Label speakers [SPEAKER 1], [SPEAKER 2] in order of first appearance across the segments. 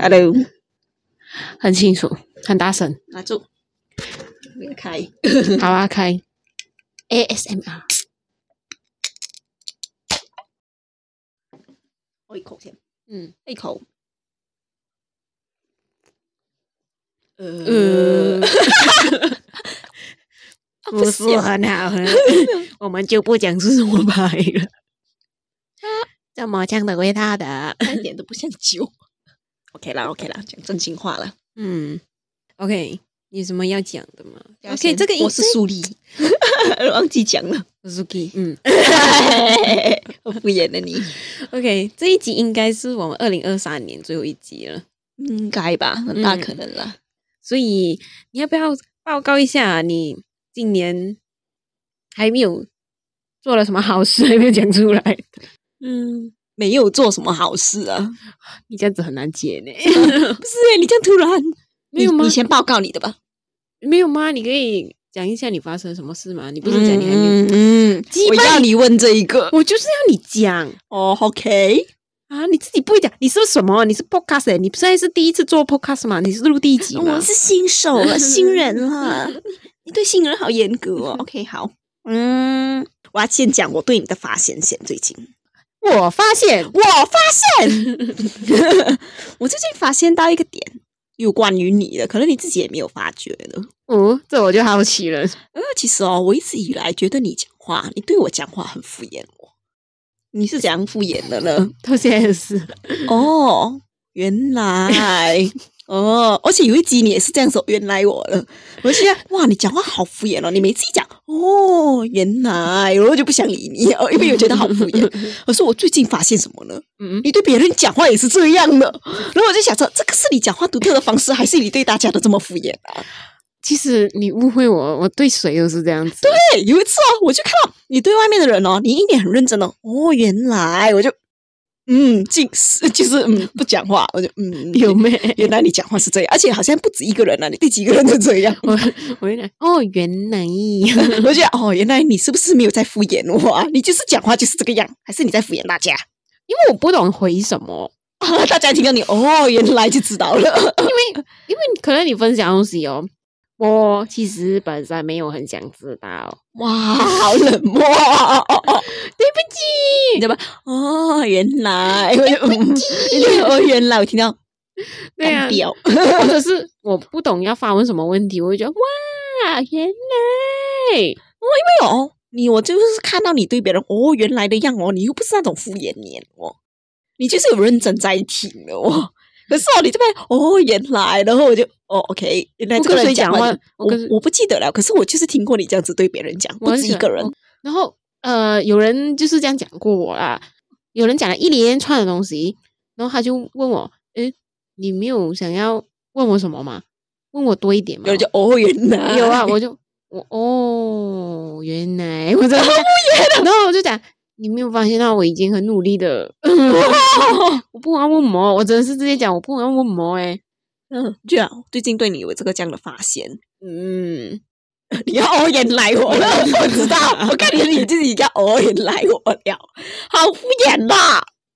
[SPEAKER 1] Hello，
[SPEAKER 2] 很清楚，很大声。
[SPEAKER 1] 拿住，不要开。
[SPEAKER 2] 好啊，开 ASMR。
[SPEAKER 1] 我一口先，
[SPEAKER 2] 嗯，
[SPEAKER 1] 一口。
[SPEAKER 2] 呃
[SPEAKER 1] 呃，，
[SPEAKER 2] 嗯 哦不是啊很 好喝，我们就不讲是什么牌了。啊这么呛的味道的，
[SPEAKER 1] 一点都不像酒。OK 啦，OK 啦，讲真心话啦。
[SPEAKER 2] 嗯，OK，你有什么要讲的吗
[SPEAKER 1] 等下
[SPEAKER 2] ？OK，
[SPEAKER 1] 啊先
[SPEAKER 2] 这个
[SPEAKER 1] 我是苏丽， 忘记讲了，
[SPEAKER 2] Suzuki，嗯
[SPEAKER 1] 我敷衍了你，
[SPEAKER 2] ，OK，这一集应该是我们二零二三年最后一集了，
[SPEAKER 1] 嗯应该吧，很大可能啦。
[SPEAKER 2] 所以你要不要报告一下你今年还没有做了什么好事，还没有讲出来？
[SPEAKER 1] 嗯，没有做什么好事啊。
[SPEAKER 2] 你这样子很难解呢。
[SPEAKER 1] 不是欸，你这样突然，
[SPEAKER 2] 没有
[SPEAKER 1] 你
[SPEAKER 2] 吗
[SPEAKER 1] 你先报告你的吧。
[SPEAKER 2] 没有吗？你可以讲一下你发生什么事吗？你不是讲你还没有？
[SPEAKER 1] 嗯，
[SPEAKER 2] 鸡
[SPEAKER 1] 我
[SPEAKER 2] 巴
[SPEAKER 1] 要你问这一个。
[SPEAKER 2] 我就是要你讲
[SPEAKER 1] 哦，OK，
[SPEAKER 2] 啊！你自己不会讲，你是什么？你是 podcast？、欸、你现在是第一次做 podcast 吗？你是录第一集吗
[SPEAKER 1] 我？是新手 了，新人了，你对新人好严格哦。OK，好，嗯，我要先讲我对你的发现先。最近
[SPEAKER 2] 我发现
[SPEAKER 1] 我发现， 我最近发现到一个点，有关于你的，可能你自己也没有发觉的。
[SPEAKER 2] 哦，这我就好奇了。
[SPEAKER 1] 呃，其实哦，我一直以来觉得你讲话，你对我讲话很敷衍我。你是怎样敷衍的呢？
[SPEAKER 2] 到现在也是，
[SPEAKER 1] 哦，原来哦，而且有一集你也是这样说，原来我了，我就觉得哇，你讲话好敷衍哦，你每次一讲哦，原来，我就不想理你哦，因为我觉得好敷衍。可是我最近发现什么呢？
[SPEAKER 2] 嗯，
[SPEAKER 1] 你对别人讲话也是这样的，然后我就想着，这个是你讲话独特的方式，还是你对大家都这么敷衍啊？
[SPEAKER 2] 其实你误会我，我对谁都是这样子。对，
[SPEAKER 1] 对，有一次哦，我就看到你对外面的人哦，你一脸很认真哦，哦，原来，我就。嗯，近视就是嗯，不讲话，我就 嗯，
[SPEAKER 2] 有没？
[SPEAKER 1] 原来你讲话是这样，而且好像不止一个人啊，你第几个人都这样？
[SPEAKER 2] 我我原来哦，原来
[SPEAKER 1] 我就觉得哦，原来你是不是没有在敷衍我啊？你就是讲话就是这个样，还是你在敷衍大家？
[SPEAKER 2] 因为我不懂回什么，
[SPEAKER 1] 大家听到你哦，原来就知道了。
[SPEAKER 2] 因为可能你分享的东西哦，我其实本身没有很想知道。
[SPEAKER 1] 哇，好冷漠哦哦哦！
[SPEAKER 2] 对不起，
[SPEAKER 1] 对吧？ 哦，原 来，我就嗯 哦，原来我听到
[SPEAKER 2] 对啊
[SPEAKER 1] 干，掉。
[SPEAKER 2] 或者是我不懂要发问什么问题，我会觉得哇，原来
[SPEAKER 1] 没有你，我就是看到你对别人哦原来的样哦，你又不是那种敷衍脸哦，你就是有认真在听的 哦。可是哦，你这边哦原来，然后我就哦 OK，原来
[SPEAKER 2] 我
[SPEAKER 1] 这个
[SPEAKER 2] 跟
[SPEAKER 1] 人
[SPEAKER 2] 谁讲话
[SPEAKER 1] 话，，
[SPEAKER 2] 我
[SPEAKER 1] 我
[SPEAKER 2] 跟
[SPEAKER 1] 我不记得了。可是我就是听过你这样子对别人讲，
[SPEAKER 2] 我
[SPEAKER 1] 不
[SPEAKER 2] 很
[SPEAKER 1] 止一
[SPEAKER 2] 喜
[SPEAKER 1] 个
[SPEAKER 2] 欢
[SPEAKER 1] 人
[SPEAKER 2] 我。然后呃，有人就是这样讲过我啦，有人讲了一连串的东西，然后他就问我，诶，你没有想要问我什么吗？问我多一点吗
[SPEAKER 1] 有？人就哦原来
[SPEAKER 2] 有啊，，我就我哦，原来我真的，然后我就讲，你没有发现到我已经很努力的，我不管问什么，我真的是直接讲，我不管问什么、欸，
[SPEAKER 1] 嗯，对啊，最近对你有这个这样的发现，
[SPEAKER 2] 嗯，
[SPEAKER 1] 你要哦原来我了，我知道，我看你的眼睛，你要哦原来我了，好敷衍呐、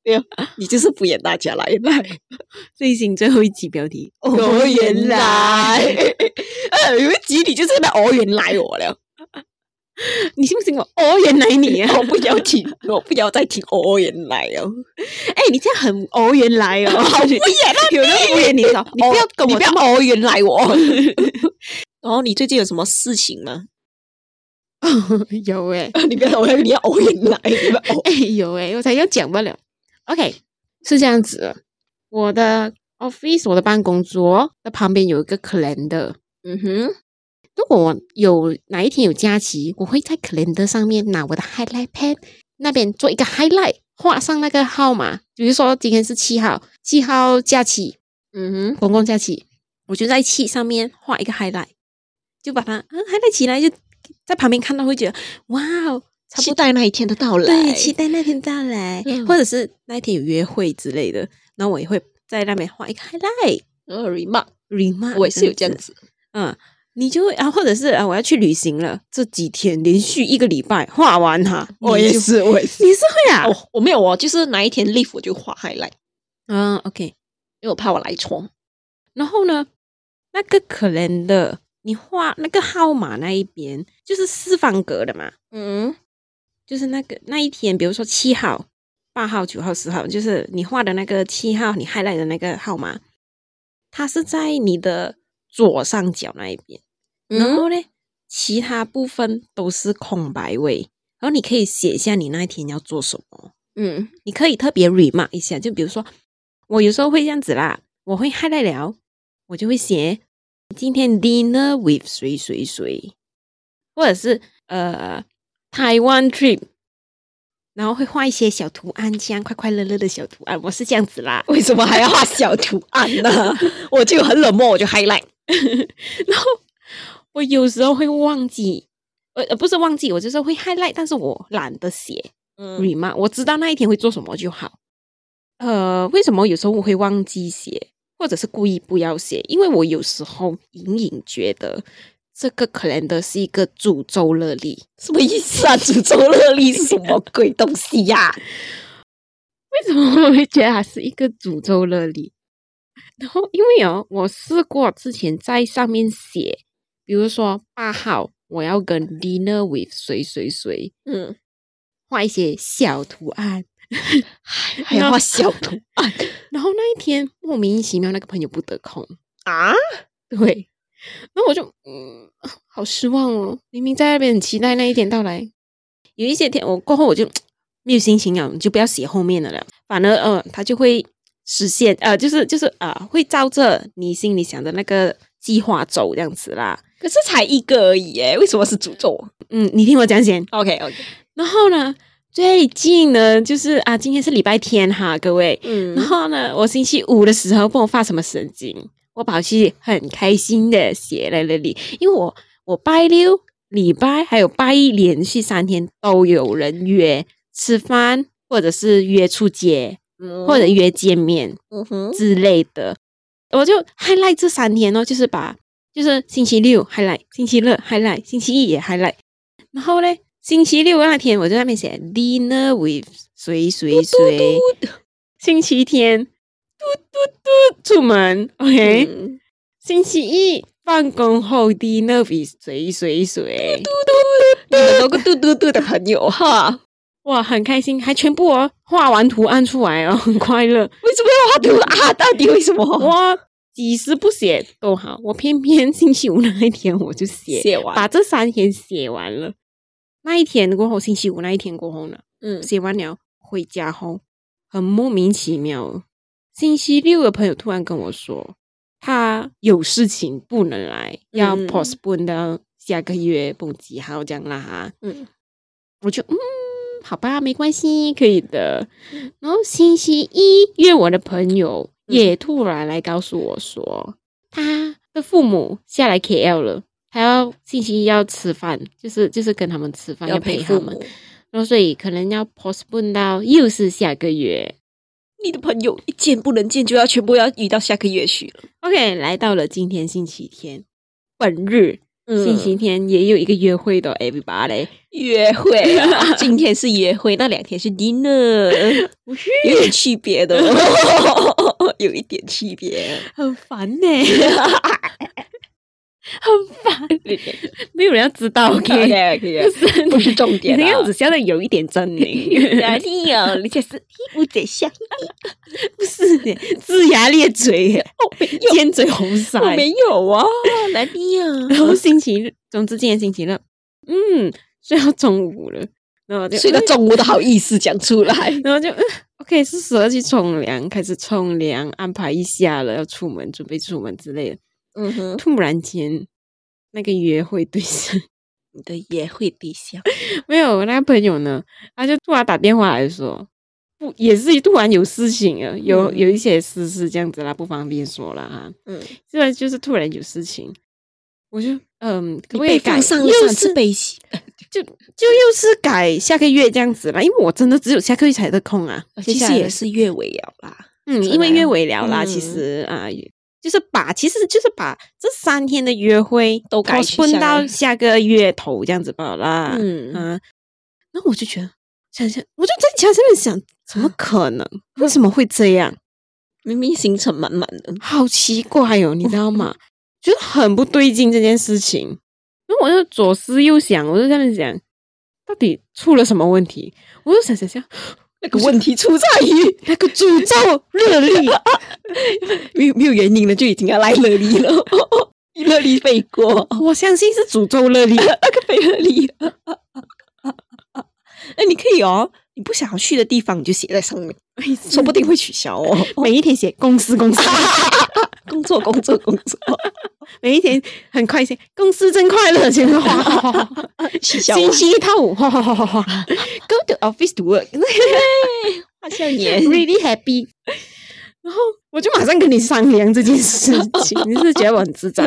[SPEAKER 1] 对啊，你就是敷衍大家啦，原来。
[SPEAKER 2] 最新最后一集标题，
[SPEAKER 1] 哦，原 来，呃，有一集你就是那哦，原来我了，
[SPEAKER 2] 你信不信我？哦，原来你啊！
[SPEAKER 1] 我不要 听，我不要再听哦，原来哦，
[SPEAKER 2] 哎、你这样很哦，原来哦，好敷 衍啊！有人敷衍你哦，你不要跟
[SPEAKER 1] 你
[SPEAKER 2] 我
[SPEAKER 1] 不要哦，原来 我。然哦后你最近有什么事情吗？
[SPEAKER 2] 有哎、
[SPEAKER 1] 你不要，我要你要哦，原 来，你不要哦，
[SPEAKER 2] 哎、有哎、我才要讲不了。OK，是这样子的，我的 office 我的办公桌的旁边有一个 calendar，
[SPEAKER 1] 嗯哼，
[SPEAKER 2] 如果我有哪一天有假期，我会在 calendar 上面拿我的 highlight pen 那边做一个 highlight，画上那个号码。比如说今天是七号，七号假期，
[SPEAKER 1] 嗯哼，
[SPEAKER 2] 公共假期，我就在七上面画一个 highlight，就把它嗯 highlight 起来，就在旁边看到会觉得哇哦，差
[SPEAKER 1] 期
[SPEAKER 2] 不多
[SPEAKER 1] 待那一天的到来，
[SPEAKER 2] 对，期待那天到来，
[SPEAKER 1] 嗯
[SPEAKER 2] 哎或者是那一天有约会之类的，然后我也会在那边画一个 highlight。
[SPEAKER 1] 呃，remark，
[SPEAKER 2] remark，
[SPEAKER 1] 我也是有这样子，
[SPEAKER 2] 嗯，你就会啊，或者是啊，我要去旅行了，这几天连续一个礼拜画完它，你就，
[SPEAKER 1] 是，嗯哦我也是，
[SPEAKER 2] 你是会啊？
[SPEAKER 1] 哦，我没有哦，就是哪一天 leave 我就画 highlight，
[SPEAKER 2] 嗯，OK，
[SPEAKER 1] 因为我怕我来错。
[SPEAKER 2] 然后呢，那个可怜的，你画那个号码那一边就是四方格的嘛，
[SPEAKER 1] 嗯，
[SPEAKER 2] 就是那个那一天，比如说七号、八号、九号、十号，就是你画的那个七号，你 highlight 的那个号码，它是在你的左上角那一边，然
[SPEAKER 1] 然后
[SPEAKER 2] 后呢，其他部分都是空白位，然后你可以写下你那一天要做什么。
[SPEAKER 1] 嗯
[SPEAKER 2] 你可以特别 remark 一下，就比如说，我有时候会这样子啦，我会嗨来聊，我就会写今天 dinner with 谁谁谁，或者是呃台湾 trip，然后会画一些小图案，这样快快乐乐的小图案，我是这样子啦。
[SPEAKER 1] 为什么还要画小图案呢？ 我就很冷漠，我就 highlight。
[SPEAKER 2] 然后我有时候会忘记，呃呃不是忘记，我就是会 highlight，但是我懒得写，
[SPEAKER 1] 嗯
[SPEAKER 2] remark，我知道那一天会做什么就好。呃，为什么有时候我会忘记写，或者是故意不要写？因为我有时候隐隐觉得这个 calendar 是一个诅咒热力。
[SPEAKER 1] 什么意思啊？诅咒热力是什么鬼东西呀、
[SPEAKER 2] 为什么我会觉得它是一个诅咒热力？ 然后因为哦，我试过之前在上面写，比如说八号我要跟 dinner with 谁谁谁
[SPEAKER 1] 嗯，
[SPEAKER 2] 画一些小图案，
[SPEAKER 1] 还要画小图案
[SPEAKER 2] 然后那一天莫名其妙那个朋友不得空。
[SPEAKER 1] 啊？
[SPEAKER 2] 对，然后我就嗯，好失望哦，明明在那边很期待那一天到来，有一些天我过后我就没有心情了，你就不要写后面的了，反而呃，它就会实现呃，就是就是啊、呃，会照着你心里想的那个计划走这样子啦。
[SPEAKER 1] 可是才一个而已耶，为什么是诅咒
[SPEAKER 2] 嗯，你听我讲先，
[SPEAKER 1] ？OK OK，
[SPEAKER 2] 然后呢，最近呢，就是啊，今天是礼拜天哈，各位，
[SPEAKER 1] 嗯
[SPEAKER 2] 然后呢，我星期五的时候，不知道发什么神经，我跑去很开心的写在那里，因为我我拜六、礼拜还有拜一连续三天都有人约吃饭，或者是约出街，或者约见面
[SPEAKER 1] 嗯哼，
[SPEAKER 2] 之类的。我就 highlight 这三天哦，就是把就是星期六 highlight，星期六 highlight，星期一也 highlight，然后嘞，星期六那天我就在那边写 dinner with 谁谁谁。星期天嘟嘟嘟出门，OK，、
[SPEAKER 1] 嗯
[SPEAKER 2] 星期一放工后的那笔谁谁谁，
[SPEAKER 1] 你们有个嘟嘟嘟的朋友哈，
[SPEAKER 2] 哇，很开心，还全部哦画完图案出来哦，很快乐。
[SPEAKER 1] 为什么要画图啊？到底为什么？
[SPEAKER 2] 我几时不写都好，我偏偏星期五那一天我就写，
[SPEAKER 1] 写完
[SPEAKER 2] 把这三天写完了。那一天过后，星期五那一天过后呢，
[SPEAKER 1] 嗯
[SPEAKER 2] 写完了回家后，很莫名其妙哦。星期六的朋友突然跟我说，他有事情不能来，要
[SPEAKER 1] 嗯
[SPEAKER 2] postpone 到下个月不几号这样啦哈。
[SPEAKER 1] 嗯
[SPEAKER 2] 我就嗯，好吧，没关系，可以的。然后星期一约我的朋友
[SPEAKER 1] 嗯
[SPEAKER 2] 也突然来告诉我说，他的父母下来 KL 了，他要星期一要吃饭，就是就是跟他们吃饭，要陪他们。。然后所以可能要 postpone 到又是下个月。
[SPEAKER 1] 你的朋友一见不能见，就要全部要移到下个月去了。
[SPEAKER 2] OK，来到了今天星期天，本日、星
[SPEAKER 1] 信息
[SPEAKER 2] 期天也有一个约会的，everybody。
[SPEAKER 1] 约会啊， 今天是约会，那两天是 dinner，有点区别 的哦，有一点区别。
[SPEAKER 2] 很烦呢、很烦，没有人要知道。OK，
[SPEAKER 1] OK，
[SPEAKER 2] 是
[SPEAKER 1] 不是重点
[SPEAKER 2] 你
[SPEAKER 1] 啊
[SPEAKER 2] 这样子笑的有一点狰
[SPEAKER 1] 哪
[SPEAKER 2] 狞，
[SPEAKER 1] 里有？你这是乌贼像，
[SPEAKER 2] 不是耶龇牙咧嘴耶，尖嘴猴腮。
[SPEAKER 1] 我没有啊， 哪里有？
[SPEAKER 2] 然 后星期日，总之今天星期六，嗯，睡到中午了，然后我就
[SPEAKER 1] 睡到中午都好意思讲出来。
[SPEAKER 2] 然后就嗯 OK 是时候去冲凉，开始冲凉，安排一下了，要出门，准备出门之类的。
[SPEAKER 1] 嗯哼，
[SPEAKER 2] 突然间，那个约会对象
[SPEAKER 1] 你的约会对象，
[SPEAKER 2] 没有我那个朋友呢，他就突然打电话来说，不也是突然有事情啊，有
[SPEAKER 1] 嗯
[SPEAKER 2] 有一些私事这样子啦，不方便说了哈。
[SPEAKER 1] 嗯，
[SPEAKER 2] 突然就是突然有事情，我就嗯，
[SPEAKER 1] 你
[SPEAKER 2] 可不可以
[SPEAKER 1] 被
[SPEAKER 2] 改？
[SPEAKER 1] 放上了
[SPEAKER 2] 又
[SPEAKER 1] 三
[SPEAKER 2] 是
[SPEAKER 1] 次背戏，
[SPEAKER 2] 就就又是改下个月这样子啦，因为我真的只有下个月才得空啊。接
[SPEAKER 1] 其
[SPEAKER 2] 下
[SPEAKER 1] 实
[SPEAKER 2] 来
[SPEAKER 1] 也
[SPEAKER 2] 的
[SPEAKER 1] 是月尾了啦。
[SPEAKER 2] 嗯，
[SPEAKER 1] 真
[SPEAKER 2] 因
[SPEAKER 1] 的
[SPEAKER 2] 为
[SPEAKER 1] 呀
[SPEAKER 2] 约尾聊啦，其
[SPEAKER 1] 嗯
[SPEAKER 2] 实啊、就是把其实就是把这三天的约会
[SPEAKER 1] 都改去
[SPEAKER 2] 分
[SPEAKER 1] 下
[SPEAKER 2] 到
[SPEAKER 1] 来
[SPEAKER 2] 下个月头这样子吧啦。嗯
[SPEAKER 1] 嗯，
[SPEAKER 2] 那我就啊觉得想想，我就在家这边想，怎么可能？为什么会这样？
[SPEAKER 1] 明明行程满满的，
[SPEAKER 2] 好奇怪哦，你知道吗？就是很不对劲这件事情。然后我就左思右想，我就在那边想，到底出了什么问题？我就想想想，
[SPEAKER 1] 那个问题出在于
[SPEAKER 2] 那个诅咒热 力，
[SPEAKER 1] 没有没有原因了，就已经要来勒力 了，勒力背锅，
[SPEAKER 2] 我相信是诅咒热力。
[SPEAKER 1] 那个背勒力。 哎，你可以哦，你不想要去的地方你就写在上面，说不定会取消哦。
[SPEAKER 2] 每一天写公司公司，
[SPEAKER 1] 工作工作工 作，
[SPEAKER 2] 每一天很快写公司真快乐，写哗哗哗 哗，
[SPEAKER 1] 取消啊
[SPEAKER 2] 星期一到五哗哗哗哗哗，Go to office to work 。
[SPEAKER 1] 画笑 年
[SPEAKER 2] really happy。然后我就马上跟你商量这件事情，你是不是觉得我很 智障，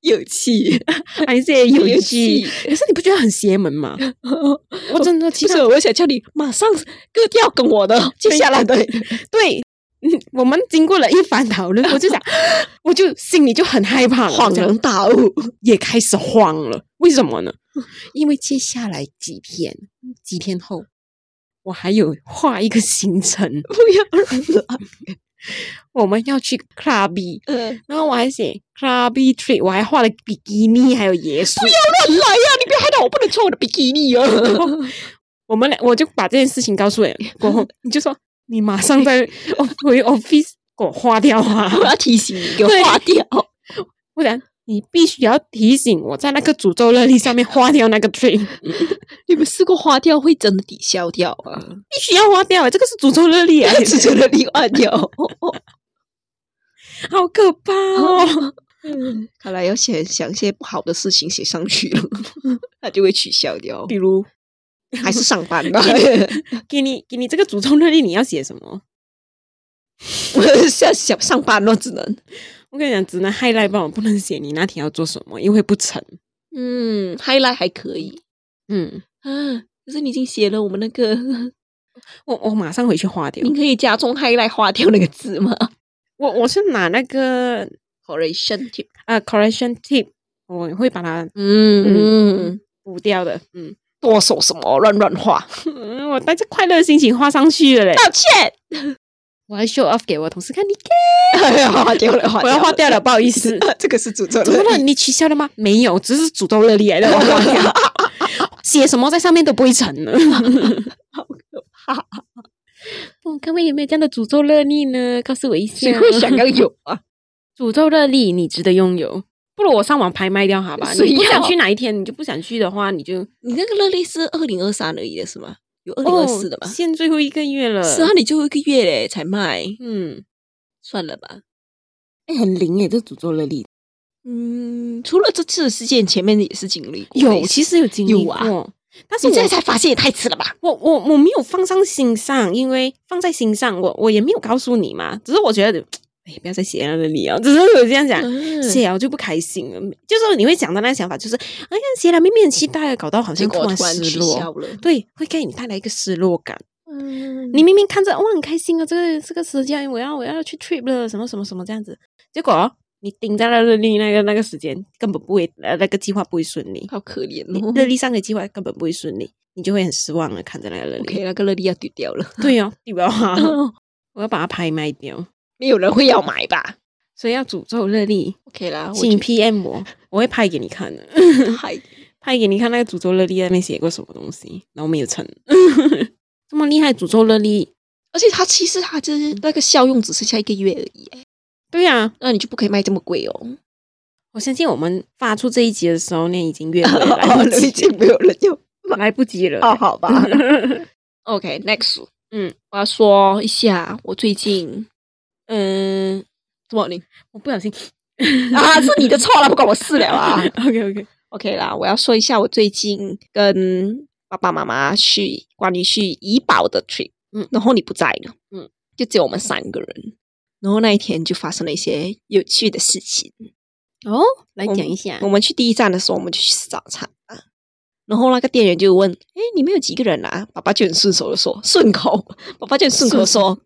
[SPEAKER 1] 有气，
[SPEAKER 2] 还是也有趣？可是你不觉得很邪门吗？我真的其
[SPEAKER 1] 其
[SPEAKER 2] 实
[SPEAKER 1] 实 我想叫你马上割掉跟我 的接下来的，
[SPEAKER 2] 对，嗯我们经过了一番讨 论，我就想，我就心里就很害怕了，
[SPEAKER 1] 恍
[SPEAKER 2] 我就
[SPEAKER 1] 然大悟。
[SPEAKER 2] 也开始慌了。为什么呢？ 因为接下来几天，几天后，我还有画一个行程，
[SPEAKER 1] 不要了，
[SPEAKER 2] 我们要去 club，B，
[SPEAKER 1] 呃，
[SPEAKER 2] 然后我还写 club B trip，我还画了比基尼，还有椰树。
[SPEAKER 1] 乱来呀、 你不要害到我不能穿我的比基尼啊！
[SPEAKER 2] 我们俩我就把这件事情告诉了你，过后你就说你马上在 哦回 office 给我花掉啊！
[SPEAKER 1] 我要提醒你，给我划掉。
[SPEAKER 2] 不然你必须要提醒我在那个诅咒热力上面花掉那个 tree，
[SPEAKER 1] 你们试过划掉会真的抵消掉啊？
[SPEAKER 2] 必须要花掉、欸，这个是 诅咒热力啊！
[SPEAKER 1] 是真的抵划掉。
[SPEAKER 2] 好可怕哦！
[SPEAKER 1] 嗯，看来要写想一些不好的事情写上去 了，他就会取消 掉
[SPEAKER 2] 比。如
[SPEAKER 1] 还是上班 吧，
[SPEAKER 2] 给你给你这个诅咒热力，你要写什么？
[SPEAKER 1] 我想想上班咯，只能。
[SPEAKER 2] 我跟你讲，只能 highlight 吧，我不能写你那题要做什么，因为不成。
[SPEAKER 1] 嗯，highlight 还可以
[SPEAKER 2] 嗯，
[SPEAKER 1] 啊，可是你已经写了我们那个，
[SPEAKER 2] 我我马上回去花掉
[SPEAKER 1] 你。可以加重 highlight 划掉那个字吗
[SPEAKER 2] 我我是拿那个
[SPEAKER 1] ？Correction tip。
[SPEAKER 2] 啊、correction tip，我会把它
[SPEAKER 1] 嗯嗯，
[SPEAKER 2] 补掉的。嗯。
[SPEAKER 1] 剁手什么乱乱画，
[SPEAKER 2] 嗯，我带着快乐的心情画上去了嘞。
[SPEAKER 1] 道歉。
[SPEAKER 2] 我要 show off 给我同事看，你看，
[SPEAKER 1] 哎呀，划掉了，划
[SPEAKER 2] 我要画掉了，不好意思。
[SPEAKER 1] 这个是诅咒
[SPEAKER 2] 怎么了？你取消了吗？没有，只是诅咒热力来的。我画掉写什么在上面都不会成呢。
[SPEAKER 1] 好可
[SPEAKER 2] 哦，各位有没有这样的诅咒热力呢？告诉我 一下
[SPEAKER 1] 谁。会 想要有啊？
[SPEAKER 2] 诅咒热力，你值得拥有。不如我上网拍卖掉它吧。
[SPEAKER 1] 谁
[SPEAKER 2] 你不
[SPEAKER 1] 要
[SPEAKER 2] 想去哪一天，你就不想去的话，你就
[SPEAKER 1] 你那个热力是二零二三而已的是吗？有二零二四的吗？
[SPEAKER 2] 哦现最后一个月了。
[SPEAKER 1] 是啊，，你就一个月嘞才卖，
[SPEAKER 2] 嗯，
[SPEAKER 1] 算了吧。
[SPEAKER 2] 哎，很灵哎，这诅咒热力
[SPEAKER 1] 嗯，除了这次的事件，前面也是经历过类似。
[SPEAKER 2] 有，其实有经历
[SPEAKER 1] 有啊
[SPEAKER 2] 过，但是
[SPEAKER 1] 你
[SPEAKER 2] 我
[SPEAKER 1] 现在才发现也太迟了吧？
[SPEAKER 2] 我我我没有放上心上，因为放在心上，我我也没有告诉你嘛。只是我觉得，哎，不要再写那个理由，只是我这样讲，
[SPEAKER 1] 嗯
[SPEAKER 2] 写了就不开心了。就是你会想到那个想法，就是哎呀，写了明明很期待，啊搞到好
[SPEAKER 1] 结
[SPEAKER 2] 像
[SPEAKER 1] 果
[SPEAKER 2] 然
[SPEAKER 1] 突然
[SPEAKER 2] 失
[SPEAKER 1] 取
[SPEAKER 2] 落，
[SPEAKER 1] 消了。
[SPEAKER 2] 对，会给你带来一个失落感。
[SPEAKER 1] 嗯
[SPEAKER 2] 你明明看着哇很开心啊，这个这个时间我要我要去 trip 了，什么什么什么这样子，结果哦你顶在了日历那个那个时间，根本不会呃那个计划不会顺利，
[SPEAKER 1] 好可怜
[SPEAKER 2] 你日
[SPEAKER 1] 哦。
[SPEAKER 2] 历上的计划根本不会顺利，你就会很失望了，看着那个日历。
[SPEAKER 1] OK，那个热力要丢掉 了，
[SPEAKER 2] 哦对呀、你不要啊！ 我要把它拍卖掉，
[SPEAKER 1] 没有人会要买吧
[SPEAKER 2] 所以要诅咒热力，
[SPEAKER 1] ？OK 啦，我
[SPEAKER 2] 请 PM 啊我，我会拍给你看的，
[SPEAKER 1] 觉得还
[SPEAKER 2] 拍给你看那个诅咒热力在那边写过什么东西，然后没有成， 这么厉害诅咒热力，
[SPEAKER 1] 而且它其实它
[SPEAKER 2] 嗯
[SPEAKER 1] 就是那个效用只剩下一个月而已，
[SPEAKER 2] 对呀、啊，
[SPEAKER 1] 那你就不可以卖这么贵哦。
[SPEAKER 2] 我相信我们发出这一集的时候，那已经
[SPEAKER 1] 哦
[SPEAKER 2] 月尾了来哦不
[SPEAKER 1] 已
[SPEAKER 2] 及
[SPEAKER 1] 经没有人要。
[SPEAKER 2] 了，来不及了，
[SPEAKER 1] 哦，好吧。OK，next，、
[SPEAKER 2] 嗯，
[SPEAKER 1] 我要说一下我最近
[SPEAKER 2] 嗯、
[SPEAKER 1] 怎么你
[SPEAKER 2] 我不小心
[SPEAKER 1] 啊，是你的错了，不关我事了啊。
[SPEAKER 2] ，OK OK，
[SPEAKER 1] OK 啦，我要说一下我最近跟爸爸妈妈去关于去怡保的 trip，
[SPEAKER 2] 嗯
[SPEAKER 1] 然后你不在呢，
[SPEAKER 2] 嗯，
[SPEAKER 1] 就只有我们三个人。然后那一天就发生了一些有趣的事情。
[SPEAKER 2] 哦， 来讲一下
[SPEAKER 1] 我，们去第一站的时候，我们就去吃早餐啊。然后那个店员就问：“哎，你们有几个人啊？”爸爸就很顺手的说：“顺口。”爸爸就很顺口地说：“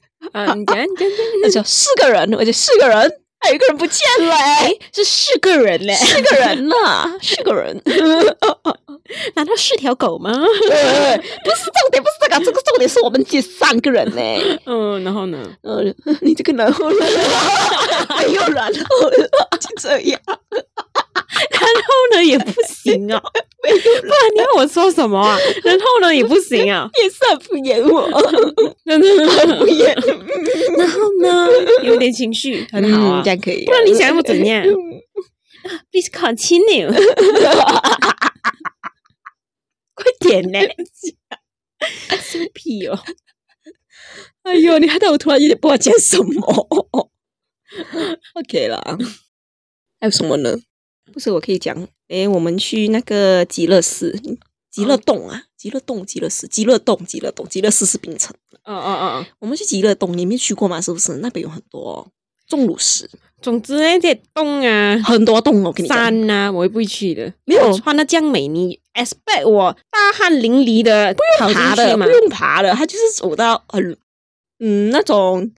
[SPEAKER 2] 啊，你讲你讲，你讲
[SPEAKER 1] 那就四个人，我就四个人。还有一个人不见了、
[SPEAKER 3] 哎、
[SPEAKER 1] 欸，
[SPEAKER 3] 是四个人嘞、
[SPEAKER 1] 四个人呐，四个人。
[SPEAKER 3] 难道是条狗吗？
[SPEAKER 1] 对，不是重点，不是这个，这个重点是我们姐三个人呢、
[SPEAKER 2] 嗯，然后呢？
[SPEAKER 1] 呃，你这个然后呢？没有然后了，就这样，
[SPEAKER 3] 然后呢也不行 啊，
[SPEAKER 1] 没有，
[SPEAKER 2] 不然你要我说什么啊？然后呢也不行啊。
[SPEAKER 1] 也是很敷衍我，
[SPEAKER 2] 真的
[SPEAKER 1] 敷衍，
[SPEAKER 3] 然后呢有点情绪，很好啊。
[SPEAKER 1] 嗯这样可以。
[SPEAKER 2] 不然你想要怎样？
[SPEAKER 3] Please continue，快点 呢、生屁哦！
[SPEAKER 1] 哎呦，你看到我突然有点不知道讲什么。OK 啦，还有什么呢？不是，我可以讲。诶，我们去那个极乐寺、极乐洞啊，极乐洞、极乐寺、极乐洞、极乐洞、极乐寺是冰城。
[SPEAKER 3] 哦
[SPEAKER 2] 嗯嗯嗯。
[SPEAKER 1] 我们去极乐洞，你没去过吗？是不是？那边有很多钟乳石，
[SPEAKER 2] 总之呢，这洞啊、
[SPEAKER 1] 很多洞哦。我跟你讲，
[SPEAKER 2] 山啊，我也不会去的。
[SPEAKER 1] 没有
[SPEAKER 3] 我穿的这样美，你 expect 我大汗淋漓的跑进
[SPEAKER 1] 爬
[SPEAKER 3] 去
[SPEAKER 1] 的，
[SPEAKER 3] 吗
[SPEAKER 1] 不？用爬的，它就是走到很嗯那种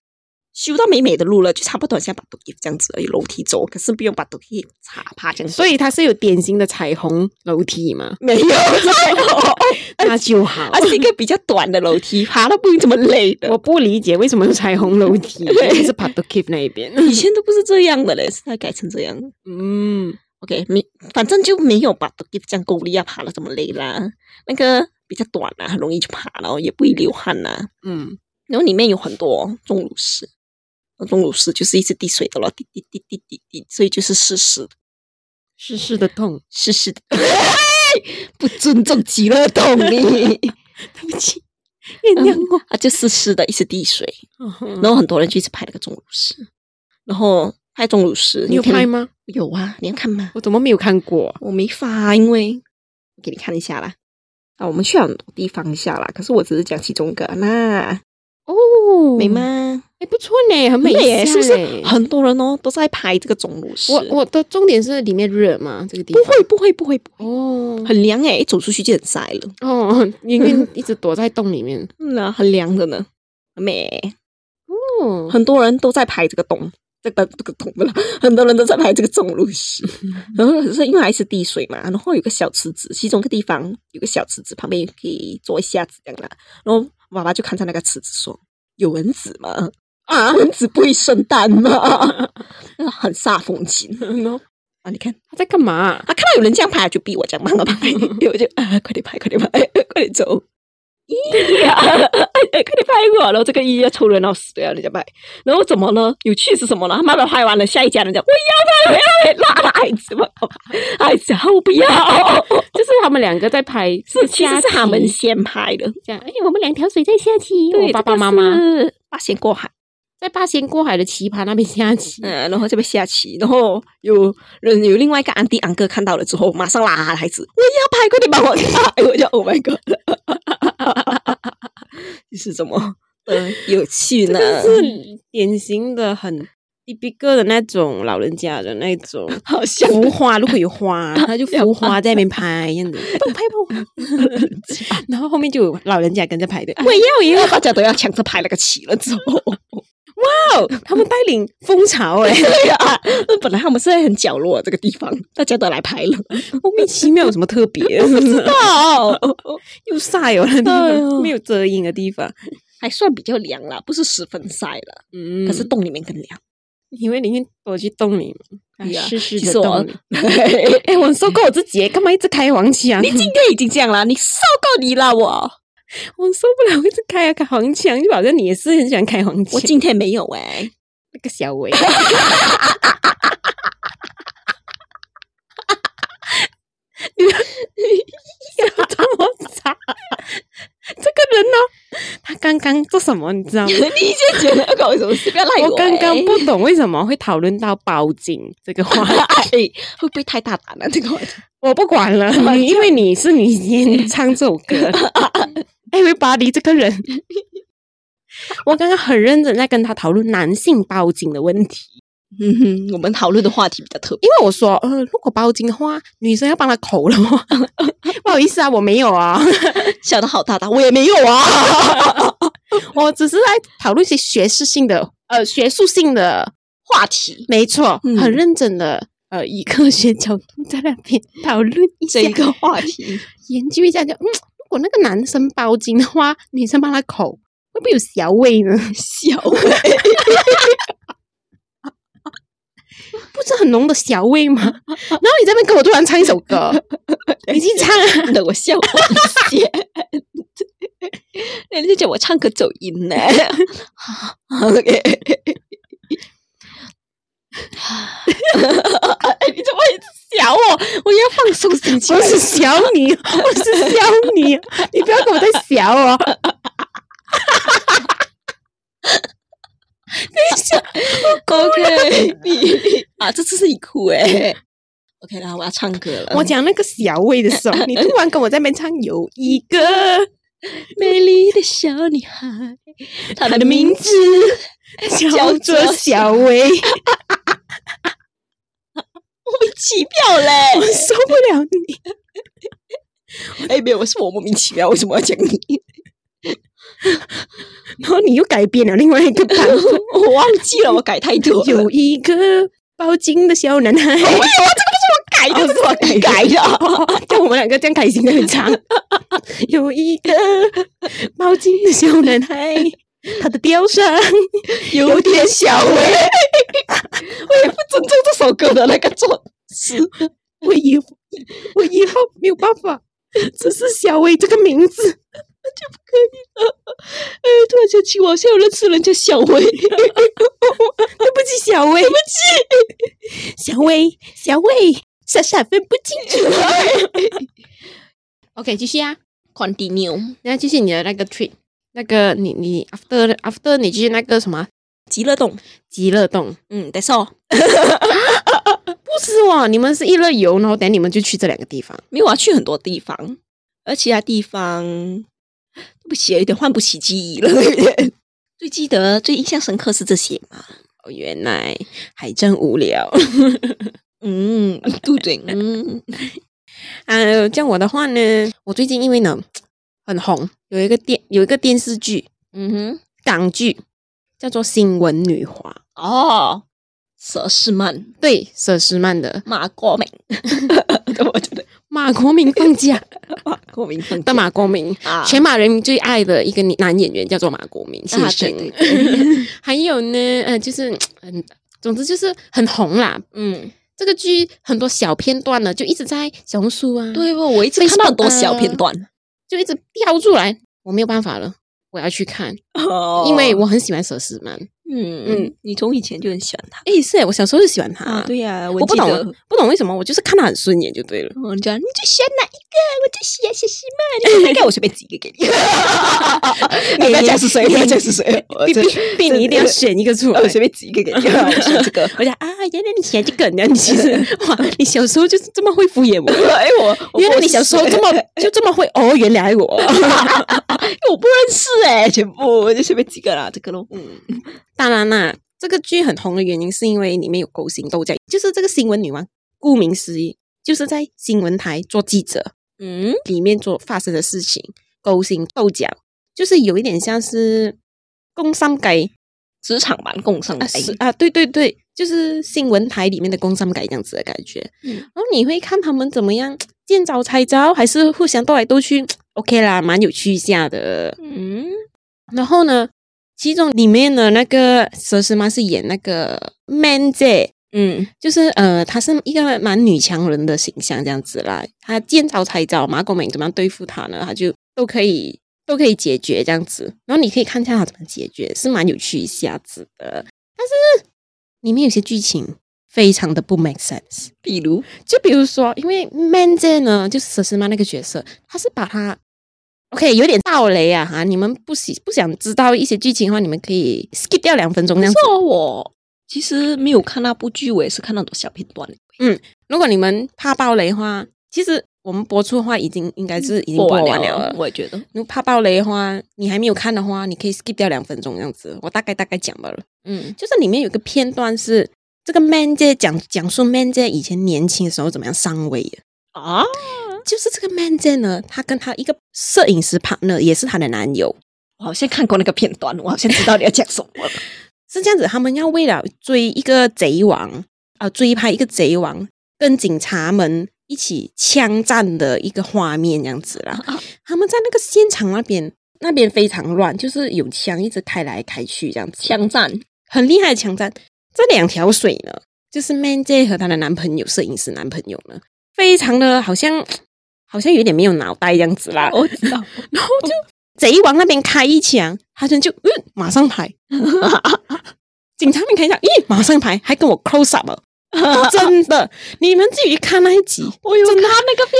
[SPEAKER 1] 修到美美的路了，就差不多像把都给这样子而已，楼梯走，可是不用把都给爬爬这样子。
[SPEAKER 2] 所以它是有典型的彩虹楼梯嘛，
[SPEAKER 1] 没有，
[SPEAKER 2] 那就好。
[SPEAKER 1] 而且一个比较短的楼梯，爬到不用这么累的。
[SPEAKER 2] 我不理解为什么有彩虹楼梯， 尤其是 p a t o k i p 那一边。
[SPEAKER 1] 以前都不是这样的嘞，现在改成这样。
[SPEAKER 2] 嗯，
[SPEAKER 1] OK，没，反正就没有把都给这样功力要爬了这么累啦。那个比较短啦、很容易就爬了，然后也不会流汗啦、
[SPEAKER 2] 嗯，
[SPEAKER 1] 然后里面有很多钟乳石，那钟乳石就是一直滴水的咯，滴滴滴滴滴滴，所以就是湿湿的，
[SPEAKER 2] 世事的痛，
[SPEAKER 1] 湿湿的。不尊重极乐洞你
[SPEAKER 2] 对不起，原谅我。
[SPEAKER 1] 啊，就湿湿的，一直滴水，
[SPEAKER 2] 嗯
[SPEAKER 1] 然后很多人就一直拍那个钟乳石，然后拍钟乳石，
[SPEAKER 2] 你有
[SPEAKER 1] 看
[SPEAKER 2] 拍？吗？
[SPEAKER 1] 有啊，你要看吗？
[SPEAKER 2] 我怎么没有看过啊？
[SPEAKER 1] 我没发、因为我给你看一下啦。啊，我们去了很多地方一下啦，可是我只是讲其中一个啦，
[SPEAKER 2] 哦，
[SPEAKER 1] 美？吗？
[SPEAKER 2] 哎，不错呢，很美
[SPEAKER 1] 美耶，
[SPEAKER 2] 下
[SPEAKER 1] 是不是
[SPEAKER 2] 耶
[SPEAKER 1] 很多人哦都在拍这个钟乳石？
[SPEAKER 2] 我我的重点是里面热嘛，这个地
[SPEAKER 1] 不
[SPEAKER 2] 方
[SPEAKER 1] 会，不会，不会，不会，
[SPEAKER 2] 哦，
[SPEAKER 1] 很凉哎、一走出去就很晒了。
[SPEAKER 2] 哦， 因为一直躲在洞里面。
[SPEAKER 1] 嗯啊，很凉的呢，很美欸、
[SPEAKER 2] 哦，
[SPEAKER 1] 很多人都在拍这个洞，这个这个洞不啦，很多人都在拍这个钟乳石。然后可是因为还是滴水嘛，然后有个小池子，其中一个地方有个小池子，旁边可以坐一下子这样啦。然后娃娃就看着那个池子说：“有蚊子吗？啊，蚊子不会生蛋吗？” 很煞风景。然后啊，你看。
[SPEAKER 2] 他在干嘛？
[SPEAKER 1] 啊，看到有人这样拍，就逼我这样帮他拍，我就啊，快点拍，快点拍，快点走。咦呀，快点拍我！然后这个一要抽人要死掉，人家拍。然后怎么呢？有趣是什么呢？他慢慢拍完了，下一家人讲我要拍，我要拍，拉孩子嘛，孩子，我不要。
[SPEAKER 2] 就是他们两个在拍，
[SPEAKER 1] 是，其实
[SPEAKER 2] 下
[SPEAKER 1] 是他们
[SPEAKER 2] 棋
[SPEAKER 1] 先拍的，
[SPEAKER 2] 这样。哎，我们两条水在下棋，我爸爸妈妈
[SPEAKER 1] 妈八仙过海，
[SPEAKER 2] 在八仙过海的棋盘那边下棋。
[SPEAKER 1] 嗯，然后这边下棋，然后有人有另外一个安迪安哥看到了之后，马上拉孩子，我要拍，快点帮我拍！ 我就 Oh my God，你是怎么？嗯，有趣呢，
[SPEAKER 2] 是嗯典型的很一比个的那种老人家的那 种
[SPEAKER 1] 好像
[SPEAKER 2] 浮花，如果有 花，他就浮花在那边拍，这样 子帮我拍帮我， 然后后面就有老人家跟着排 队，
[SPEAKER 1] 我要也要，大家都要抢着拍那个棋了之后，
[SPEAKER 2] 哇哦，他们带领风潮哎、
[SPEAKER 1] 对啊，本来他们是在很角落这个地方，大家都来拍了，
[SPEAKER 2] 莫名其妙有什么特别？不知道，
[SPEAKER 1] 哦，
[SPEAKER 2] 又晒哦，那地
[SPEAKER 1] 哎呦
[SPEAKER 2] 方没有遮阴的地方，
[SPEAKER 1] 还算比较凉啦，不是十分晒了，
[SPEAKER 2] 嗯，
[SPEAKER 1] 可是洞里面更凉。
[SPEAKER 2] 因为宁愿躲去洞里嘛，
[SPEAKER 1] 对啊
[SPEAKER 2] 湿湿
[SPEAKER 1] 其
[SPEAKER 2] 的
[SPEAKER 1] 实我
[SPEAKER 2] 洞里。 哎、我很受够我自己，干嘛一直开黄腔？
[SPEAKER 1] 你今天已经这样了，你受够你了我。
[SPEAKER 2] 我很受不了，我一直开开黄腔，就好像你也是很喜欢开黄腔。
[SPEAKER 1] 我今天没有哎、
[SPEAKER 2] 那个小伟，这么傻？这个人呢、哦他刚刚做什么？你知道吗？
[SPEAKER 1] 你先觉得搞什么事？不要赖
[SPEAKER 2] 我刚刚
[SPEAKER 1] 哎，
[SPEAKER 2] 不懂为什么会讨论到包茎这个话
[SPEAKER 1] 哎会不会太大胆了、啊这个话题
[SPEAKER 2] 我不管了，你因为你是你先唱这首 歌，Everybody 这个人， 我刚刚很认真在跟他讨论男性包茎的问题。
[SPEAKER 1] 嗯哼，我们讨论的话题比较特别。
[SPEAKER 2] 因为我说，呃，如果包茎的话，女生要帮他口了 吗？不好意思啊，我没有啊，
[SPEAKER 1] 笑的好大胆，我也没有啊。
[SPEAKER 2] 我只是在讨论一些学术性的，呃，学术性的
[SPEAKER 1] 话题。
[SPEAKER 2] 没错，
[SPEAKER 1] 嗯
[SPEAKER 2] 很认真的，呃，以科学角度在那边讨论一 下
[SPEAKER 1] 这一个话 题，
[SPEAKER 2] 研究一下就，嗯，如果那个男生包茎的话， 女生帮他口，会不会有小味呢？
[SPEAKER 1] 小伟，
[SPEAKER 2] 不是很浓的小味 吗？然后你在那边给我突然唱一首 歌，你去唱啊！
[SPEAKER 1] 等我笑 我一下，人家讲我唱歌走 音呢。OK，你怎么一直笑我？我要放松心情
[SPEAKER 2] 我。是小你，我是小 你，你不要跟我再小哦。
[SPEAKER 1] OK，你 啊，这次是你哭哎、OK 啦，我要唱歌了。
[SPEAKER 2] 我讲那个小味的时候，你突然跟我在那边唱有一个
[SPEAKER 1] 美丽的小女孩，她
[SPEAKER 2] 她
[SPEAKER 1] 的
[SPEAKER 2] 的
[SPEAKER 1] 名
[SPEAKER 2] 名
[SPEAKER 1] 字
[SPEAKER 2] 字叫做小 薇，我
[SPEAKER 1] 莫名其妙 嘞。
[SPEAKER 2] 受不了你。
[SPEAKER 1] 哎，没有，是我莫名其妙，为什么要讲 你？
[SPEAKER 2] 然后你又改变了另外一个版本，
[SPEAKER 1] 我忘记了，我改太多 了。
[SPEAKER 2] 有一个包茎的小 男孩。
[SPEAKER 1] 哦改的是我改的，
[SPEAKER 2] 叫我们两个这样开心的 唱。有一个毛巾的小男孩， 他的雕像
[SPEAKER 1] 有点小哎、我也不尊重这首歌的那个作词。
[SPEAKER 2] 我以后我以后没有办法，只是小薇这个名字。
[SPEAKER 1] 哎，突然想起我好像有认识人家小薇，
[SPEAKER 2] 对不起，小薇，对不起，小薇，小薇，傻傻分不清楚。OK，继续啊，
[SPEAKER 1] Continue，
[SPEAKER 2] 那继续你的那个 trip，那个你你 after after 你去那个什么
[SPEAKER 1] 极乐洞，
[SPEAKER 2] 极乐洞？
[SPEAKER 1] 嗯，That's all。
[SPEAKER 2] 不是哦，你们是一乐游，然后等你们就去这两个地方。
[SPEAKER 1] 没有啊，去很多地方，而其他地方，对不起，有点唤不起记忆了。 最记得、最印象深刻是这些嘛？
[SPEAKER 2] 哦，原来还真无聊。
[SPEAKER 1] 嗯，对对，嗯，
[SPEAKER 2] 啊，像我的话呢，我最近因为呢很红，有一个电有一个电视剧，
[SPEAKER 1] 嗯哼，
[SPEAKER 2] 港剧叫做《新闻女华》，
[SPEAKER 1] 哦，佘诗曼、
[SPEAKER 2] 对，佘诗曼的
[SPEAKER 1] 马国 明，我觉得
[SPEAKER 2] 马国明放假
[SPEAKER 1] 马国明很
[SPEAKER 2] 的马国明。
[SPEAKER 1] 啊
[SPEAKER 2] 全马人民最爱的一个男演员叫做马国明先
[SPEAKER 1] 啊
[SPEAKER 2] 生，
[SPEAKER 1] 对对
[SPEAKER 2] 还有呢，呃，就是嗯，总之就是很红啦。
[SPEAKER 1] 嗯，
[SPEAKER 2] 这个剧很多小片段呢，就一直在小红书啊，
[SPEAKER 1] 对不？我一直看到很多小片段，
[SPEAKER 2] 就一直跳出来，我没有办法了，我要去看，
[SPEAKER 1] 哦
[SPEAKER 2] 因为我很喜欢佘诗曼。
[SPEAKER 1] 嗯嗯，你从以前就很喜欢他
[SPEAKER 2] 诶，是诶，我小时候就喜欢他，
[SPEAKER 1] 啊？对呀，
[SPEAKER 2] 我
[SPEAKER 1] 记
[SPEAKER 2] 不懂
[SPEAKER 1] 得，嗯
[SPEAKER 2] 不懂为什么，我就是看他很顺眼就对了。
[SPEAKER 1] 我讲你最喜欢哪一个？我最喜欢小西曼。你大概我随便指一个给你。你不要讲是 谁，不要讲是 谁，我
[SPEAKER 2] 必
[SPEAKER 1] 这
[SPEAKER 2] 必必你一定要选一 个出 来。
[SPEAKER 1] 我随便指一个给你。我选这个。
[SPEAKER 2] 我想啊，原来你喜欢这个，然后你其实哇，你小时候就是这么会敷衍 我。
[SPEAKER 1] 哎， 我
[SPEAKER 2] 原来你小时候 这么就这么会哦，原来我
[SPEAKER 1] 我不认识哎，全部我就随便几个啦，这个咯。嗯，
[SPEAKER 2] 当然啦，这个剧很红的原因是因为里面有勾心斗角，就是这个新闻女王，顾名思义，就是在新闻台做记者，嗯，里面做发生的事情，勾心斗角，就是有一点像是工商改
[SPEAKER 1] 职场蛮共哎上
[SPEAKER 2] 啊是啊，对对对，就是新闻台里面的工商改这样子的感觉。
[SPEAKER 1] 嗯
[SPEAKER 2] 然后你会看他们怎么样见招拆招，还是互相斗来斗去，OK 啦，蛮有趣一下的。
[SPEAKER 1] 嗯，
[SPEAKER 2] 然后呢，其中里面的那个佘诗曼是演那个 Man 姐，
[SPEAKER 1] 嗯
[SPEAKER 2] 就是呃，她是一个蛮女强人的形象这样子啦。她见招拆招，马国明怎么样对付她呢？她就都可以都可以解决这样子。然后你可以看一下她怎么解决，是蛮有趣一下子的。但是里面有些剧情非常的不 make sense。
[SPEAKER 1] 比如
[SPEAKER 2] 就比如说，因为 Man 姐呢，就是佘诗曼那个角色，她是把她 OK 有点暴雷啊哈，你们不喜不想知道一些剧情的话，你们可以 skip 掉两分钟这样子。
[SPEAKER 1] 说我其实没有看那部剧，我也是看那种小片段。
[SPEAKER 2] 如果你们怕暴雷的话，其实我们播出的话已经应该是已经播
[SPEAKER 1] 播
[SPEAKER 2] 嗯完了
[SPEAKER 1] 了
[SPEAKER 2] 了。，
[SPEAKER 1] 我也觉得。
[SPEAKER 2] 如果怕暴雷的话，你还没有看的话，你可以 skip 掉两分钟这样子。我大概大概讲吧了，
[SPEAKER 1] 嗯
[SPEAKER 2] 就是里面有个片段是这个 Man 姐讲讲述 Man 姐以前年轻的时候怎么样上位的。
[SPEAKER 1] 啊，
[SPEAKER 2] 就是这个 Man 姐呢，她跟她一个摄影师 partner，也是她的男友，
[SPEAKER 1] 我好像看过那个片段，我好像知道你要讲什么了。
[SPEAKER 2] 是这样子，他们要为了追一个贼王啊、追拍一个贼王，跟警察们一起枪战的一个画面这样子啦。他们在那个现场那边，那边非常乱，就是有枪一直开来开去这样子，
[SPEAKER 1] 枪战，
[SPEAKER 2] 很厉害的枪战。这两条水呢，就是 Man J 和她的男朋友摄影师男朋友呢，非常的好像好像有点没有脑袋这样子啦。
[SPEAKER 1] 哦我知道，
[SPEAKER 2] 然后就贼往那边开一枪，他人就嗯马上排，警察们看一下，咦马上排，还跟我 close up 了。真的，你们自己看那一集，
[SPEAKER 1] 我有看那个片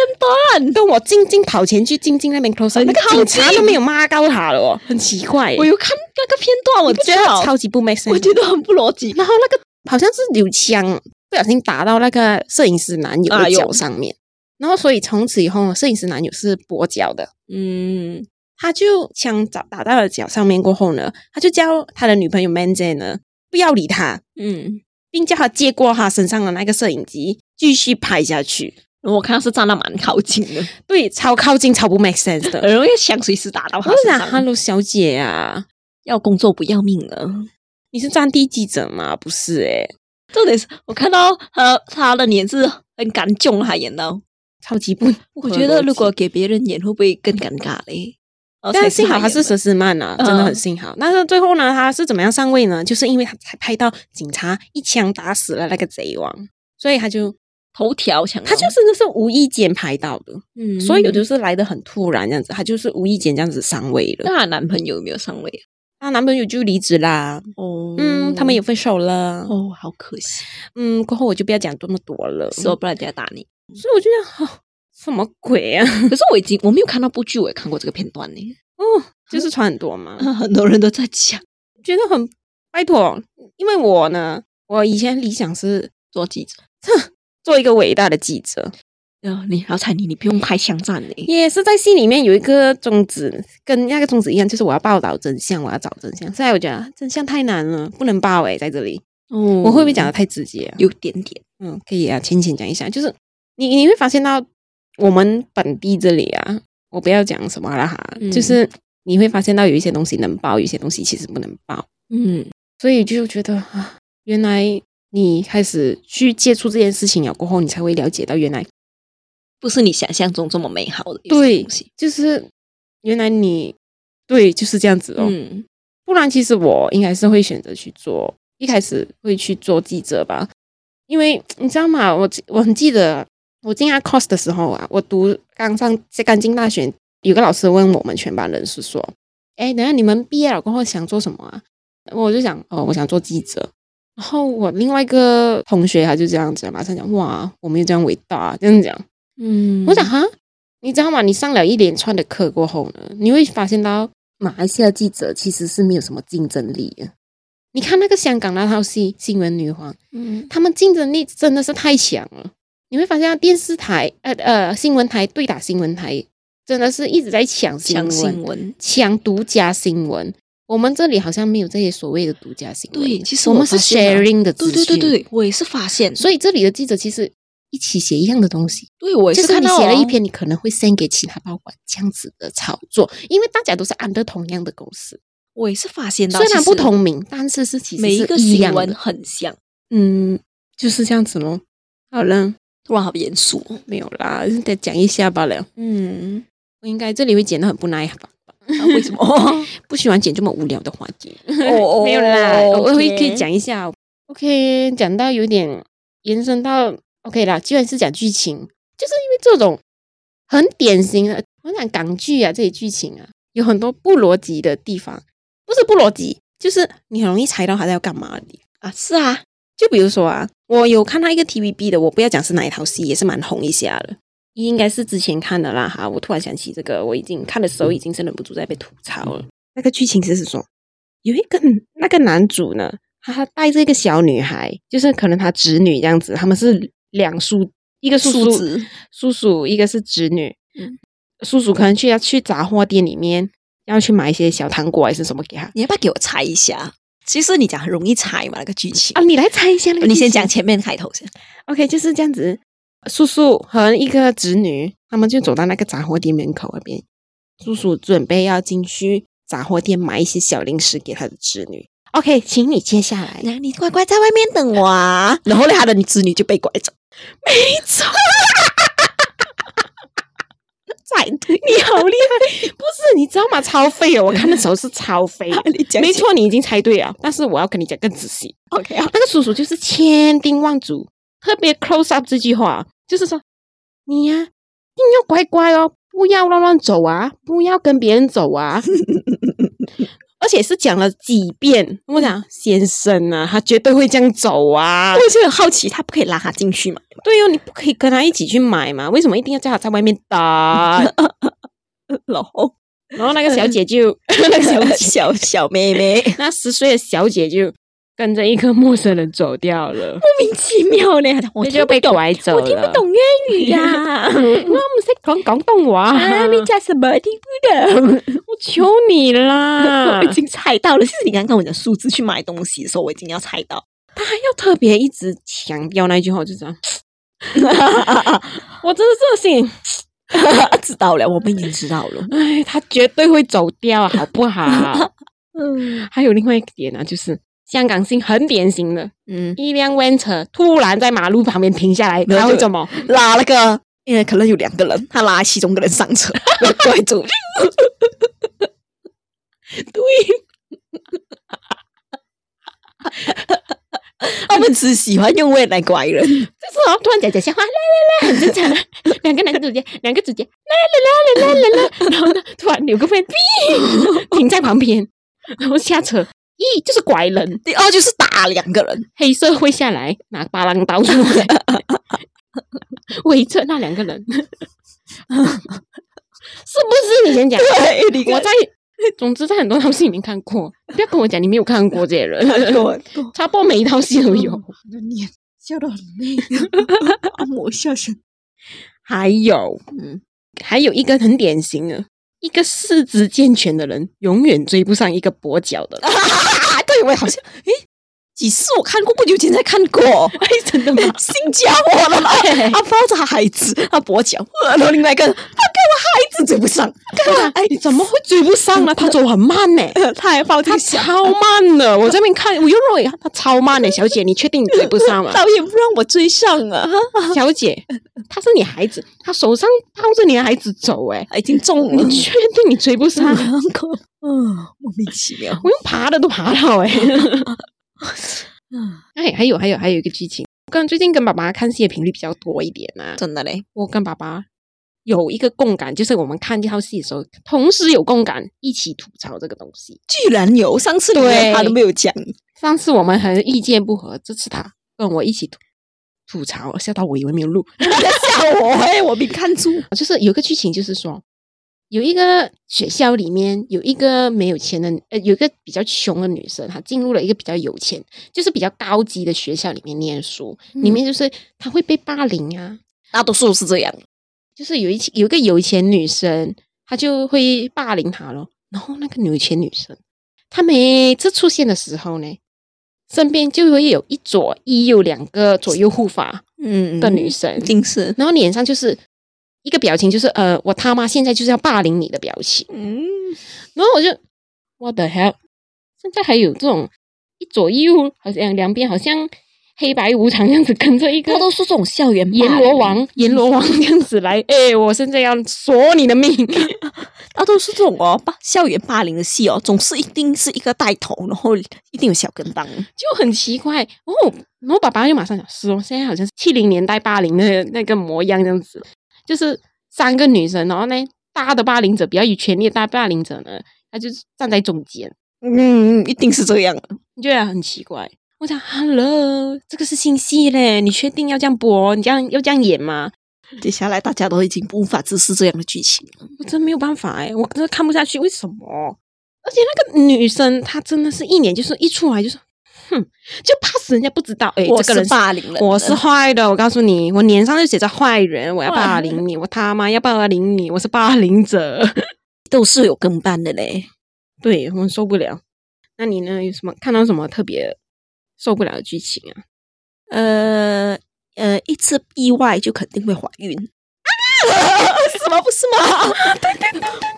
[SPEAKER 1] 段，
[SPEAKER 2] 跟我静静跑前去，静静那边 close up，
[SPEAKER 1] 很
[SPEAKER 2] 那个
[SPEAKER 1] 靠
[SPEAKER 2] 警察
[SPEAKER 1] 近
[SPEAKER 2] 都没有骂到他了哦，很奇怪耶。
[SPEAKER 1] 我有看那个片段，我
[SPEAKER 2] 不
[SPEAKER 1] 知
[SPEAKER 2] 觉得
[SPEAKER 1] 道，
[SPEAKER 2] 超级不 make sense。
[SPEAKER 1] 我觉得很不逻辑。
[SPEAKER 2] 然后那个好像是有枪不小心打到那个摄影师男友
[SPEAKER 1] 啊
[SPEAKER 2] 的
[SPEAKER 1] 有
[SPEAKER 2] 脚上面，然后所以从此以后，摄影师男友是跛脚的。
[SPEAKER 1] 嗯，
[SPEAKER 2] 他就枪打打到了脚上面过后呢，他就叫他的女朋友 Man J 呢不要理他，
[SPEAKER 1] 嗯，
[SPEAKER 2] 并叫他接过他身上的那个摄影机继续拍下去。
[SPEAKER 1] 我看是站得蛮靠近的，
[SPEAKER 2] 对，超靠近，超不 make sense 的。
[SPEAKER 1] 很容易想随时打到他
[SPEAKER 2] 我
[SPEAKER 1] 身
[SPEAKER 2] 想
[SPEAKER 1] 上。
[SPEAKER 2] ，Hello 小姐啊，
[SPEAKER 1] 要工作不要命了。
[SPEAKER 2] 你是战地记者吗？不是欸诶、
[SPEAKER 1] 重点是我看到他他的脸是很感动，他演到，
[SPEAKER 2] 超级不。
[SPEAKER 1] 我觉得如果给别人演会不会更尴尬嘞？哦
[SPEAKER 2] 但
[SPEAKER 1] 才
[SPEAKER 2] 幸好他是
[SPEAKER 1] 演的
[SPEAKER 2] 佘诗曼啊，真的很幸好。但是最后呢，他是怎么样上位呢？就是因为他才拍到警察一枪打死了那个贼王，所以他就
[SPEAKER 1] 头条想要，
[SPEAKER 2] 他就真的是无意间拍到的。
[SPEAKER 1] 嗯
[SPEAKER 2] 所以有就是来的很突然，这样子，她就是无意间这样子上位了。
[SPEAKER 1] 那她男朋友有没有上位？
[SPEAKER 2] 她男朋友就离职啦，
[SPEAKER 1] 哦
[SPEAKER 2] 嗯，他们也分手了，
[SPEAKER 1] 哦，好可惜，
[SPEAKER 2] 嗯，过后我就不要讲这么多了。所
[SPEAKER 1] 说不然人家打你。
[SPEAKER 2] 以我就想， 哦、什么鬼啊？
[SPEAKER 1] 可是我已经我没有看那部剧，我也看过这个片段 呢。
[SPEAKER 2] 哦，就是穿很多嘛，
[SPEAKER 1] 很多人都在讲
[SPEAKER 2] 觉得很拜托，因为我呢，我以前理想是
[SPEAKER 1] 做记者，
[SPEAKER 2] 做一个伟大的记者，
[SPEAKER 1] 然后你然后彩妮，你不用拍枪战嘞，
[SPEAKER 2] 也是在戏里面有一个宗旨，跟那个宗旨一样，就是我要报道真相，我要找真相。现在我觉得真相太难了，不能报诶、欸在这里，
[SPEAKER 1] 哦，
[SPEAKER 2] 我会不会讲的太直接、啊？
[SPEAKER 1] 有点点？
[SPEAKER 2] 嗯，可以啊，浅浅讲一下，就是你你会发现到我们本地这里啊，我不要讲什么了哈，
[SPEAKER 1] 嗯
[SPEAKER 2] 就是你会发现到有一些东西能报，有一些东西其实不能报，
[SPEAKER 1] 嗯，
[SPEAKER 2] 所以就觉得啊，原来你开始去接触这件事情了过后，你才会了解到原来
[SPEAKER 1] 不是你想象中这么美好的一些
[SPEAKER 2] 对
[SPEAKER 1] 东西。，
[SPEAKER 2] 就是原来你对就是这样子哦，
[SPEAKER 1] 嗯，
[SPEAKER 2] 不然其实我应该是会选择去做，一开始会去做记者吧，因为你知道吗？我记我很记得我进阿 cos 的时候啊，我读刚上刚进大学，有个老师问我们全班人是说：“哎，等一下你们毕业了过后想做什么啊？”我就想哦，我想做记者。然后我另外一个同学他就这样子，马上讲哇，我没有这样伟大、啊，这样讲。
[SPEAKER 1] 嗯
[SPEAKER 2] 我想哈，你知道吗？你上了一连串的课过后呢，你会发现到马来西亚记者其实是没有什么竞争力的。你看那个香港那套戏《新闻女皇》，
[SPEAKER 1] 嗯
[SPEAKER 2] 他们竞争力真的是太强了。你会发现到电视台呃呃新闻台对打新闻台，真的是一直在抢新
[SPEAKER 1] 讲新
[SPEAKER 2] 闻，
[SPEAKER 1] 闻，
[SPEAKER 2] 抢独家新闻。我们这里好像没有这些所谓的独家新闻，
[SPEAKER 1] 对其实
[SPEAKER 2] 我
[SPEAKER 1] 我
[SPEAKER 2] 们是
[SPEAKER 1] 发现了
[SPEAKER 2] sharing 的资
[SPEAKER 1] 对对
[SPEAKER 2] 讯，
[SPEAKER 1] 对，对，我也是发现，
[SPEAKER 2] 所以这里的记者其实一起写一样的东西。
[SPEAKER 1] 对我也
[SPEAKER 2] 就是是
[SPEAKER 1] 看
[SPEAKER 2] 你
[SPEAKER 1] 到
[SPEAKER 2] 写了一
[SPEAKER 1] 哦，
[SPEAKER 2] 篇，你可能会 send 给其他报馆这样子的炒作，因为大家都是 under 同样的公司，
[SPEAKER 1] 我也是发现到，
[SPEAKER 2] 虽然
[SPEAKER 1] 其
[SPEAKER 2] 不
[SPEAKER 1] 实
[SPEAKER 2] 同名，但嗯是是其实
[SPEAKER 1] 每一
[SPEAKER 2] 是
[SPEAKER 1] 个
[SPEAKER 2] 一
[SPEAKER 1] 新
[SPEAKER 2] 样
[SPEAKER 1] 闻
[SPEAKER 2] 的。
[SPEAKER 1] 很像，
[SPEAKER 2] 嗯，就是这样子咯。好了，
[SPEAKER 1] 突然好严肃哦。
[SPEAKER 2] 没有啦，再讲一下罢了。
[SPEAKER 1] 嗯，
[SPEAKER 2] 我应该这里会剪得很不耐烦吧？
[SPEAKER 1] 啊为什么？哦
[SPEAKER 2] 不喜欢剪这么 无聊的话题。
[SPEAKER 1] 哦
[SPEAKER 2] 没有啦，
[SPEAKER 1] 哦
[SPEAKER 2] 我会
[SPEAKER 1] OK
[SPEAKER 2] 可以讲一下。OK，讲到有点延伸到 OK 啦，居然是讲剧情，就是因为这种很典型的，我想港剧啊，这些剧情啊，有很多不逻辑的地方，不是不逻辑，就是你很容易猜到他在要干嘛的。
[SPEAKER 1] 啊，是啊，
[SPEAKER 2] 就比如说啊，我有看到一个 TVB 的，我不要讲是哪一套戏，也是蛮红一下的，应该是之前看的啦哈。我突然想起这个，我已经看的时
[SPEAKER 1] 嗯
[SPEAKER 2] 候已经是忍不住在被吐槽了。那个剧情是说，有一个那个男主呢，他带着一个小女孩，就是可能他侄女这样子，他们是两叔，一个叔叔
[SPEAKER 1] 叔侄
[SPEAKER 2] 叔叔，一个是侄女。
[SPEAKER 1] 嗯
[SPEAKER 2] 叔叔可能去要去杂货店里面，要去买一些小糖果还是什么给他
[SPEAKER 1] 你要不要给我猜一下？其实你讲很容易猜嘛，那个剧情哦
[SPEAKER 2] 啊？。你来猜一下那个剧情，
[SPEAKER 1] 你先讲前面开头先。
[SPEAKER 2] OK，就是这样子。叔叔和一个侄女，他们就走到那个杂货店门口那边。叔叔准备要进去杂货店买一些小零食给他的侄女，
[SPEAKER 4] OK，请你接下来。
[SPEAKER 2] 哎
[SPEAKER 1] 那你乖乖在外面等我啊。 然后呢，他的子女就被拐走。
[SPEAKER 2] 在你好厉害！ 不是，你知道吗？超飞的，我看的时候是超飞 的。
[SPEAKER 1] 你讲
[SPEAKER 2] 没错， 你已经猜对了，但是我要跟你讲更仔细。
[SPEAKER 1] ，OK 啊，
[SPEAKER 2] 哦那个叔叔就是千叮万嘱，特别 close up 这句话，就是说你呀、一定要乖乖哦，不要乱乱走啊，不要跟别人走 啊。而且是讲了几遍，我讲先生啊，他绝对会这样走啊。
[SPEAKER 1] 我就很好奇，他不可以拉他进去嘛？
[SPEAKER 2] 对哦，你不可以跟他一起去买嘛？为什么一定要叫他在外面等？
[SPEAKER 1] 然后
[SPEAKER 2] 然后那个小姐就， 那个 小 姐
[SPEAKER 1] 小小妹妹
[SPEAKER 2] 那十岁的小姐就跟着一个陌生人走掉了，
[SPEAKER 1] 莫名其妙呢，我
[SPEAKER 2] 这就被拐走了。
[SPEAKER 1] 我听不懂粤语 呀、
[SPEAKER 2] 我唔识讲广东话，
[SPEAKER 1] 啊，你讲什么听不懂？
[SPEAKER 2] 哎我求你啦！
[SPEAKER 1] 我已经猜到了。其实你刚刚跟我讲数字去买东西的时候，我已经要猜到。
[SPEAKER 2] 他还要特别一直强调那句话，我就这样。 我真的是心里，
[SPEAKER 1] 知道了，我们已经知道了。
[SPEAKER 2] 哎，他绝对会走掉，啊好不好？
[SPEAKER 1] 嗯
[SPEAKER 2] 还有另外一个点呢、啊，就是香港性很典型的，
[SPEAKER 1] 嗯，
[SPEAKER 2] 一辆 van 车突然在马路旁边停下来，
[SPEAKER 1] 没有
[SPEAKER 2] 他
[SPEAKER 1] 就
[SPEAKER 2] 会怎么？
[SPEAKER 1] 拉那个，因为可能有两个人，他拉其中一个人上 车，然后拐走。
[SPEAKER 2] 对，
[SPEAKER 1] 他们只喜欢用未来拐人。
[SPEAKER 2] 就是哦，突然讲讲笑话，啦啦啦，很正常啊。 两个男主角，两个主角，啦啦啦啦啦啦 啦，然后呢，突然有个 van 哔停在旁边，然后下车，咦，就是拐人，
[SPEAKER 1] 第二哦就是打两个人，
[SPEAKER 2] 黑社会下来拿把榔刀出来， 围着那两个人， 是不是？你先 讲，
[SPEAKER 1] 对，你
[SPEAKER 2] 我在，总之在很多套戏里面看过，不要跟我讲你没有看过这些人，
[SPEAKER 1] 我
[SPEAKER 2] 差不多每一套戏都有。
[SPEAKER 1] 哦的脸笑得很 累，按摩笑声。
[SPEAKER 2] 还有，
[SPEAKER 1] 嗯。
[SPEAKER 2] 嗯，还有一个很典型的，一个四肢健全的人永远追不上一个跛脚的
[SPEAKER 1] 啊，对，我好像诶，几次我看过，不久前才看过，
[SPEAKER 2] 哎，真的吗？
[SPEAKER 1] 新加坡 的啦，啊他抱着孩子，他跛脚，啊然后另外一个他跟我孩子追不 上，
[SPEAKER 2] 哎，你怎么会追不上呢？他走很慢呢、
[SPEAKER 1] 他还抱这
[SPEAKER 2] 他
[SPEAKER 1] 个小。
[SPEAKER 2] 超慢的。我这边看，我又认为啊他超慢呢、小姐，你确定你追不 上吗？
[SPEAKER 1] 导演不让我追上啊！
[SPEAKER 2] 小姐，他是你孩子，他手上抱着你的孩子走、哎，
[SPEAKER 1] 已经中了
[SPEAKER 2] 你，确定你追不上？
[SPEAKER 1] 嗯，莫名其妙。
[SPEAKER 2] 我用爬的都爬到哎、
[SPEAKER 1] 嗯，
[SPEAKER 2] 哎，还有还有还有一个剧情，我跟最近跟爸爸看戏的频率比较多一点啊。
[SPEAKER 1] 真的嘞，
[SPEAKER 2] 我跟爸爸有一个共感，就是我们看这套戏的时候，同时有共感，一起吐槽这个东西。
[SPEAKER 1] 居然有！上次你
[SPEAKER 2] 对
[SPEAKER 1] 他都没有讲，
[SPEAKER 2] 上次我们很意见不合，这次他跟我一起吐吐槽，吓到我以为没有录。
[SPEAKER 1] 吓我哎，我没看出。
[SPEAKER 2] 就是有一个剧情，就是说有一个学校里面有一个没有钱的，呃，有一个比较穷的女生，她进入了一个比较有钱，就是比较高级的学校里面念书，里面就是她会被霸凌啊，
[SPEAKER 1] 大多数是这样，
[SPEAKER 2] 就是有一起有一个有钱女生，她就会霸凌她咯。然后那个有钱女生，她每次出现的时候呢，身边就会有一左一右两个左右护法
[SPEAKER 1] 嗯
[SPEAKER 2] 的女生，
[SPEAKER 1] 一定是，
[SPEAKER 2] 然后脸上就是一个表情，就是呃，我他妈现在就是要霸凌你的表情。
[SPEAKER 1] 嗯，
[SPEAKER 2] 然后我就 what the hell，现在还有这种一左一右，好像两边好像黑白无常这样子跟着一 个
[SPEAKER 1] 大多数这种校园霸
[SPEAKER 2] 阎
[SPEAKER 1] 凌
[SPEAKER 2] 罗王，阎罗王这样子 来，哎、我现在要索你的命。
[SPEAKER 1] 大多数这种哦，霸校园霸凌的戏哦，总是一定是一个带头，然后一定有小跟当。
[SPEAKER 2] 就很奇怪。然后我，然后爸爸就马上讲：“是哦，现在好像是七零年代霸凌的那个模样这样子，就是三个女生，然后呢，大的霸凌者比较有权力的大霸凌者呢，他就是站在中间，
[SPEAKER 1] 嗯，一定是这样。
[SPEAKER 2] 你觉得很奇怪。”我讲：“Hello，这个是新戏嘞，你确定要这样播？你这样要这样演吗？
[SPEAKER 1] 接下来大家都已经无法直视这样的剧情了。
[SPEAKER 2] 我真没有办法哎，我真的看不下去，为什么？而且那个女生她真的是一脸就是一出来就是，哼，就怕死人家不知道哎，
[SPEAKER 1] 我
[SPEAKER 2] 这
[SPEAKER 1] 是
[SPEAKER 2] 个人是
[SPEAKER 1] 霸凌人的，
[SPEAKER 2] 我是坏的，我告诉你，我脸上就写着坏人，我要霸凌你，我他妈要霸凌你，我是霸凌者。
[SPEAKER 1] 都是有跟班的嘞。
[SPEAKER 2] 对我受不了。那你呢？有什么看到什么特别受不了的剧情啊？
[SPEAKER 1] 呃呃，一次意外就肯定会怀孕。啊 什么不是 吗？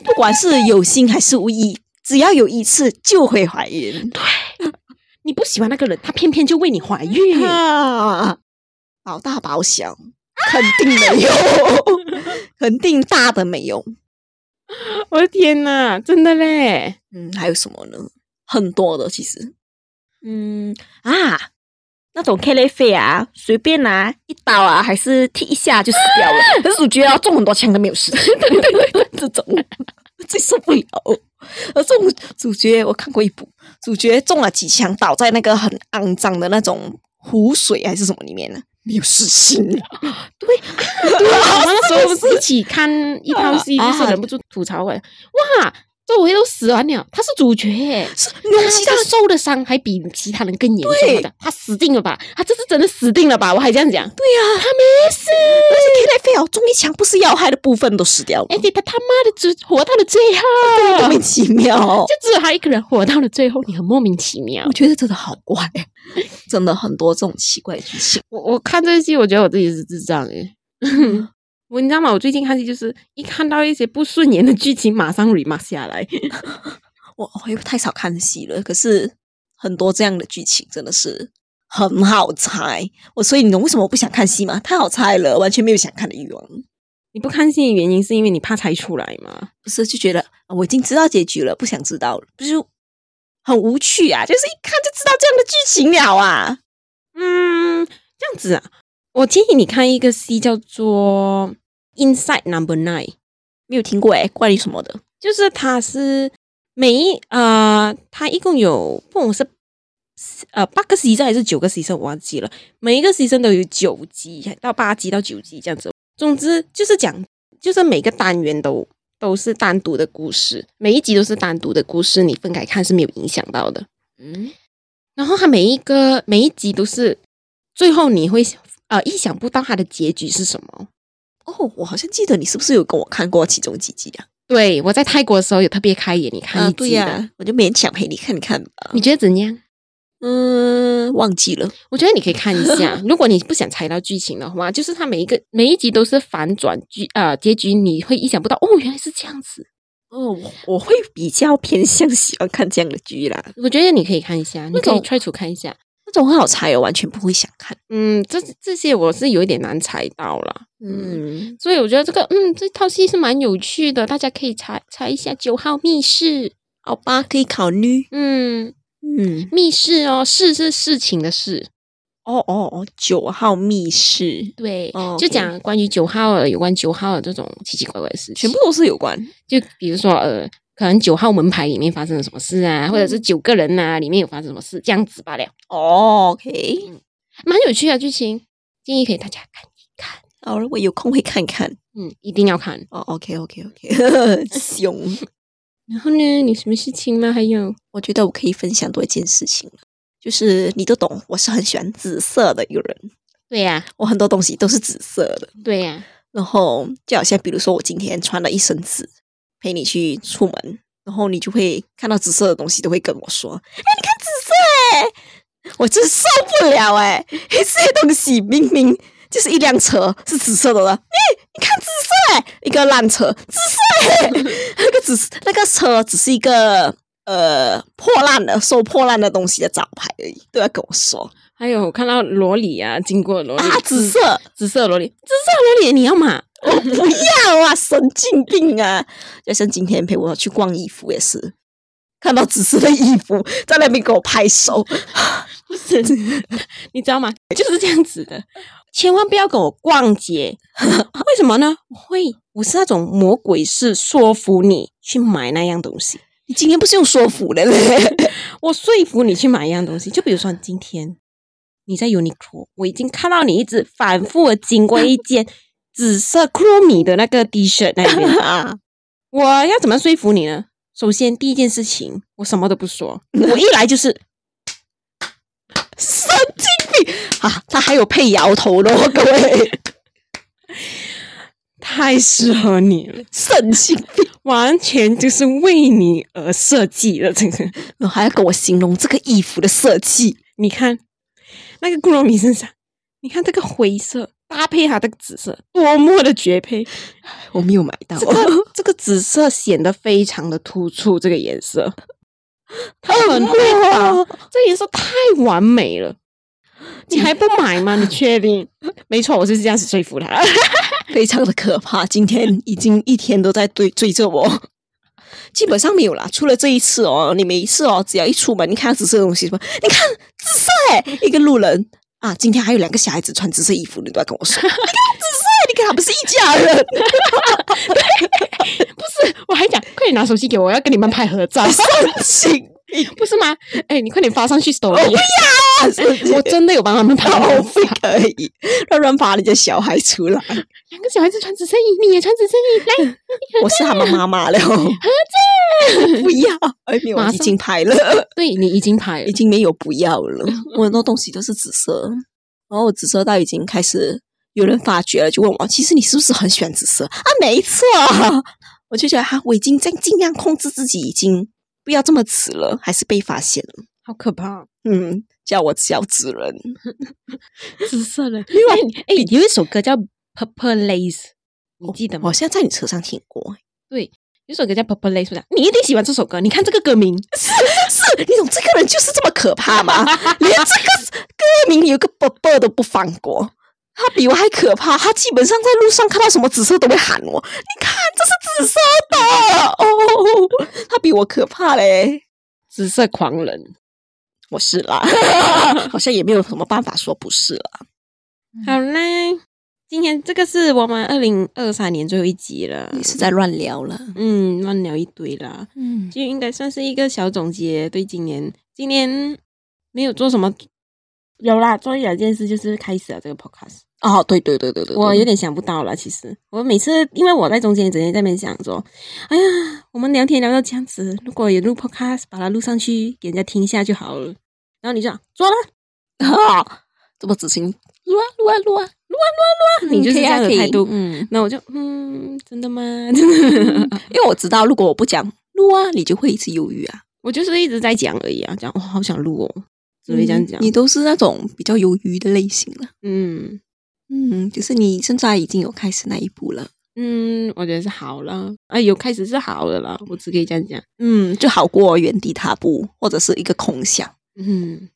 [SPEAKER 1] 不管是有心还是无意，只要有一次就会怀孕。对，
[SPEAKER 3] 你不喜欢那个人，他偏偏就为你怀 孕。
[SPEAKER 1] 啊，保大保小，肯定 没有，肯定大的没有。
[SPEAKER 3] 我的天哪，真的嘞！
[SPEAKER 1] 嗯，还有什么呢？很多的其实。
[SPEAKER 3] 嗯啊，那种 K 类肺啊，随便拿、一刀啊，还是踢一下就死 掉了。可是我觉得要中很多枪都没有事，
[SPEAKER 1] 这种我最受不了。而这种主角，我看过一部，主角中了几枪，倒在那个很肮脏的那种湖水还是什么里面呢？没有事情
[SPEAKER 2] 对啊，我们那时候不是一起看一套戏，
[SPEAKER 1] 啊
[SPEAKER 2] 就是忍不住吐槽我，哇，周围都死完了，他是主角耶。
[SPEAKER 1] 是
[SPEAKER 2] 他
[SPEAKER 1] 东西
[SPEAKER 2] 他受的伤还比其他人更严重我的，他死定了吧？他这是真的死定了吧？我还这样讲，对啊呀、他没事，
[SPEAKER 1] 但是 K 类肺哦，中一枪不是要害的部分都死掉了，
[SPEAKER 2] 而哎且他他妈的只活到了最后，
[SPEAKER 1] 莫名其妙。
[SPEAKER 2] 就只有他一个人活到了最后，你很莫名其妙
[SPEAKER 1] 我。觉得真的好怪，真的很多这种奇怪的剧情。
[SPEAKER 2] 我我看这一季，我觉得我自己是智障诶。嗯 我你知道吗？我最近看戏就是一看到一些不顺眼的剧情，马上 remark 下来。
[SPEAKER 1] 我我又太少看戏了，可是很多这样的剧情真的是很好猜。我所以你懂为什么我不想看戏吗？太好猜了，完全没有想看的欲望。
[SPEAKER 2] 你不看戏的原因是因为你怕猜出来吗？
[SPEAKER 1] 不是就觉得啊我已经知道结局了，不想知道了，不是很无趣啊？就是一看就知道这样的剧情了啊！
[SPEAKER 2] 嗯，这样子啊，我建议你看一个戏叫做《Inside Number Nine》。
[SPEAKER 1] 没有听过哎、怪你什么的？
[SPEAKER 2] 就是它是每一呃，它一共有不懂是呃八个 season 还是九个 season，我忘记了。每一个 season 都有九集到八集到九集这样子。总之就是讲，就是每个单元都都是单独的故事，每一集都是单独的故事，你分开看是没有影响到的。
[SPEAKER 3] 嗯，
[SPEAKER 2] 然后它每一个每一集都是最后你会呃意想不到它的结局是什么。
[SPEAKER 1] 哦，我好像记得你是不是有跟我看过其中几集啊？
[SPEAKER 2] 对我在泰国的时候有特别开眼，你看一
[SPEAKER 1] 啊，对
[SPEAKER 2] 集的，
[SPEAKER 1] 呀、我就勉强陪你看看吧。
[SPEAKER 2] 你觉得怎样？
[SPEAKER 1] 嗯，忘记了。
[SPEAKER 2] 我觉得你可以看一 下，如果你不想猜到剧情的话，就是它每一个每一集都是反转剧呃结局，你会意想不到哦，原来是这样子。
[SPEAKER 1] 哦，我我会比较偏向喜欢看这样的剧啦，
[SPEAKER 2] 我觉得你可以看一下，你可以
[SPEAKER 1] 种
[SPEAKER 2] try to 看一下。
[SPEAKER 1] 那种很好猜哦，完全不会想看。
[SPEAKER 2] 嗯，这这些我是有一点难猜到啦。嗯，
[SPEAKER 1] 嗯，
[SPEAKER 2] 所以我觉得这个嗯这套戏是蛮有趣的，大家可以猜猜一下《九号密室》。
[SPEAKER 1] 好吧，可以考虑。
[SPEAKER 2] 嗯，
[SPEAKER 1] 嗯，
[SPEAKER 2] 密室哦，事是事情的事，
[SPEAKER 1] 哦哦哦，九号密室
[SPEAKER 2] 对，
[SPEAKER 1] 哦
[SPEAKER 2] 就
[SPEAKER 1] OK
[SPEAKER 2] 讲关于九号的有关九号的这种奇奇怪怪的事情，
[SPEAKER 1] 全部都是有关。
[SPEAKER 2] 就比如说呃，可能九号门牌里面发生了什么事啊，或者是九个人啊里面有发生什么事，这样子罢了，嗯
[SPEAKER 1] 哦，OK，
[SPEAKER 2] 蛮有趣的剧情，建议给大家看一看，
[SPEAKER 1] 好了，我有空会看看。
[SPEAKER 2] 嗯，一定要看。
[SPEAKER 1] 哦，OK，OK，OK，熊，
[SPEAKER 2] 然后呢，你什么事情吗？还有，
[SPEAKER 1] 我觉得我可以分享多一件事情了就是你都懂，我是很喜欢紫色的一个人，
[SPEAKER 2] 对呀、
[SPEAKER 1] 我很多东西都是紫色的。
[SPEAKER 2] 对呀、
[SPEAKER 1] 然后就好像比如说我今天穿了一身紫，陪你去出门，然后你就会看到紫色的东西，都会跟我说：“哎，你看紫色哎！”我真受不了哎、 这些东西明明就是一辆车是紫色的了，哎，你看紫色哎、一个烂车，紫色哎、那个紫那个车只是一个。呃，破烂的、收破烂的东西的招牌而已，都要跟我说
[SPEAKER 2] 还有我看到萝莉啊，经过萝莉，
[SPEAKER 1] 啊，紫色
[SPEAKER 2] 紫色萝莉，紫色萝莉你要买，
[SPEAKER 1] 我不要啊，神经病啊！就像今天陪我去逛衣服也是，看到紫色的衣服在那边给我拍手，
[SPEAKER 2] 不是， 你知道吗？就是这样子的，千万不要跟我逛街。 为什么呢？我会，我是那种魔鬼式说服你去买那样东西，
[SPEAKER 1] 你今天不是用说服的嘞？
[SPEAKER 2] 我说服你去买一样东西。就比如说今天你在 Uniqlo，我已经看到你一直反复的经过一件紫色 c r o m 的那个 T 恤那边，
[SPEAKER 1] 啊
[SPEAKER 2] 我要怎么说服你呢？首先第一件事情，我什么都不说，我一来就是
[SPEAKER 1] 神经病啊！他还有配摇头的 哦，各位，
[SPEAKER 2] 太适合你了。
[SPEAKER 1] 神经病！
[SPEAKER 2] 完全就是为你而设计的。这个，
[SPEAKER 1] 然后还要跟我形容这个衣服的设计，
[SPEAKER 2] 你看那个库洛米身上，你看这个灰色搭配它的紫色，多么的绝 配！
[SPEAKER 1] 我没有买到。
[SPEAKER 2] 这个这个紫色显得非常的突出，这个颜色。他很会打，这颜色太完美了，你还不 买吗？你确定？没错，我就是这样子说服他。
[SPEAKER 1] 非常的可怕。今天已经一天都在追追着我， 基本上没有啦。除了这一次哦，你每一次哦，只要一出门，你看紫色的东西什么，你看紫色哎，一个路人啊，今天还有两个小孩子穿紫色衣服，你都要跟我说，你看 紫色欸，你跟他们是一家人。
[SPEAKER 2] 不是，我还讲，快点拿手机给我，我要跟你们拍合照，
[SPEAKER 1] 行，
[SPEAKER 2] 不是吗？哎、你快点发 上去 story，
[SPEAKER 1] 啊是
[SPEAKER 2] 我真的有帮他们拍合
[SPEAKER 1] 好
[SPEAKER 2] 照
[SPEAKER 1] 不。可以乱乱爬人家小孩出来，
[SPEAKER 2] 两个小孩子穿紫色衣，你也穿紫色衣， 来，
[SPEAKER 1] 我是他们妈妈了。 不要，哎，没有，
[SPEAKER 2] 马
[SPEAKER 1] 我
[SPEAKER 2] 上
[SPEAKER 1] 已经拍了。
[SPEAKER 2] 对你已经拍了
[SPEAKER 1] 已，经没有不要了， 我很多东西都是紫色，然后我紫色到已经开始有人发觉了，就问我，其实你是不是很喜欢紫色啊？没错， 我就觉得哈、啊我已经在尽量控制自己，已经不要这么紫了，还是被发现了，
[SPEAKER 2] 好可怕，
[SPEAKER 1] 嗯，叫我小紫人，
[SPEAKER 2] 紫色的。因为哎、有一首歌叫 Purple Lace，你记得吗
[SPEAKER 1] 我？现在在你车上听过，
[SPEAKER 2] 哦有一首歌叫 Purple Lace，我讲你一定喜欢这首歌。你看这个歌 名，
[SPEAKER 1] 是你懂这个人就是这么可怕 吗？连这个歌名有个伯伯都不放过。他比我还可怕，他基本上在路上看到什么紫色都会喊我。你看，这是紫色的哦，他比我可怕嘞。
[SPEAKER 2] 紫色狂人，
[SPEAKER 1] 我是啦，好像也没有什么办法说不是了。
[SPEAKER 2] 嗯好啦，今天这个是我们二零二三年最后一集了，
[SPEAKER 1] 你是在乱聊了，
[SPEAKER 2] 嗯，乱聊一堆啦，
[SPEAKER 1] 嗯，
[SPEAKER 2] 就应该算是一个小总结。对今年，今年没有做什么，有啦，做一两件事就是开始了这个 podcast。
[SPEAKER 1] 哦，对对对对对，对
[SPEAKER 2] 我有点想不到了，其实我每次因为我在中间整天在那边想说，哎呀，我们聊天聊到这样子，如果有录 podcast，把它录上去给人家听一下就好了。然后你就想做了，
[SPEAKER 1] 啊，这么执行，录啊录啊录啊录啊录啊录啊，
[SPEAKER 2] 你就是
[SPEAKER 1] 可
[SPEAKER 2] 这
[SPEAKER 1] 以啊
[SPEAKER 2] 样的
[SPEAKER 1] 可以
[SPEAKER 2] 态度。
[SPEAKER 1] 嗯，
[SPEAKER 2] 那我就嗯，真的吗？ 真的，
[SPEAKER 1] 因 为我知道，如果我不讲录啊，你就会一直犹豫啊。
[SPEAKER 2] 我就是一直在讲而已啊，讲我、好想录哦，只会这样讲
[SPEAKER 1] 嗯你。都是那种比较犹豫的类型了。
[SPEAKER 2] 嗯
[SPEAKER 1] 嗯，就是你现在已经有开始那一步了。
[SPEAKER 2] 嗯，我觉得是好了，哎，有开始是好的了，我只可以这样讲。
[SPEAKER 1] 嗯，就好过原地踏步或者是一个空想。
[SPEAKER 2] 嗯，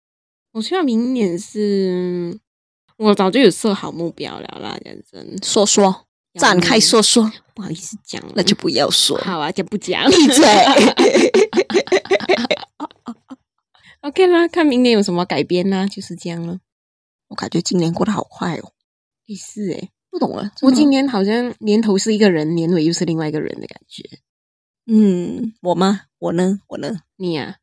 [SPEAKER 2] 我希望明年是，我早就有设好目标了啦，讲真，
[SPEAKER 1] 说说，展开说说，
[SPEAKER 2] 不好意思讲了，
[SPEAKER 1] 那就不要说，
[SPEAKER 2] 好啊，讲不讲？
[SPEAKER 1] 闭嘴。
[SPEAKER 2] OK 啦，看明年有什么改变啦，就是这样了。
[SPEAKER 1] 我感觉今年过得好快哦，
[SPEAKER 2] 也是诶、
[SPEAKER 1] 不懂了。
[SPEAKER 2] 欸我今
[SPEAKER 1] 年，
[SPEAKER 2] 年好像年头是一个人，年尾又是另外一个人的感觉。
[SPEAKER 1] 嗯，我吗？我呢？我呢？
[SPEAKER 2] 你呀、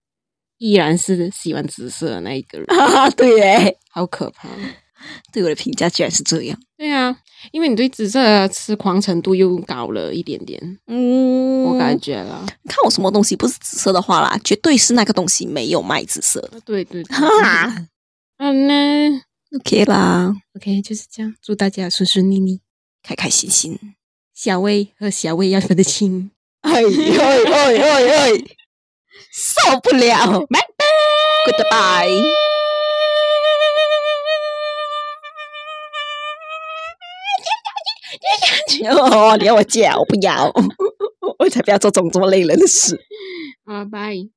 [SPEAKER 2] 依然是喜欢紫色的那一个人，
[SPEAKER 1] 啊， 对耶，
[SPEAKER 2] 好可怕。
[SPEAKER 1] 对我的评价居然是这样。
[SPEAKER 2] 对啊，因为你对紫色的痴狂程度又高了一点点，
[SPEAKER 1] 嗯
[SPEAKER 2] 我感觉啦。
[SPEAKER 1] 看我什么东西不是紫色的话啦，绝对是那个东西没有卖紫色的。
[SPEAKER 2] 对对对，
[SPEAKER 1] 哈
[SPEAKER 2] 嗯呢
[SPEAKER 1] ，OK 啦，
[SPEAKER 2] ，OK 就是这样，祝大家顺顺利利，
[SPEAKER 1] 开开心心。
[SPEAKER 2] 小胃和小胃要分得清，
[SPEAKER 1] 哎呦哎呦哎呦哎呦，受不了！
[SPEAKER 2] 拜拜。
[SPEAKER 1] Goodbye。哦，你要我叫，我不要，我才不要做这种这么累人的事。
[SPEAKER 2] 好，拜。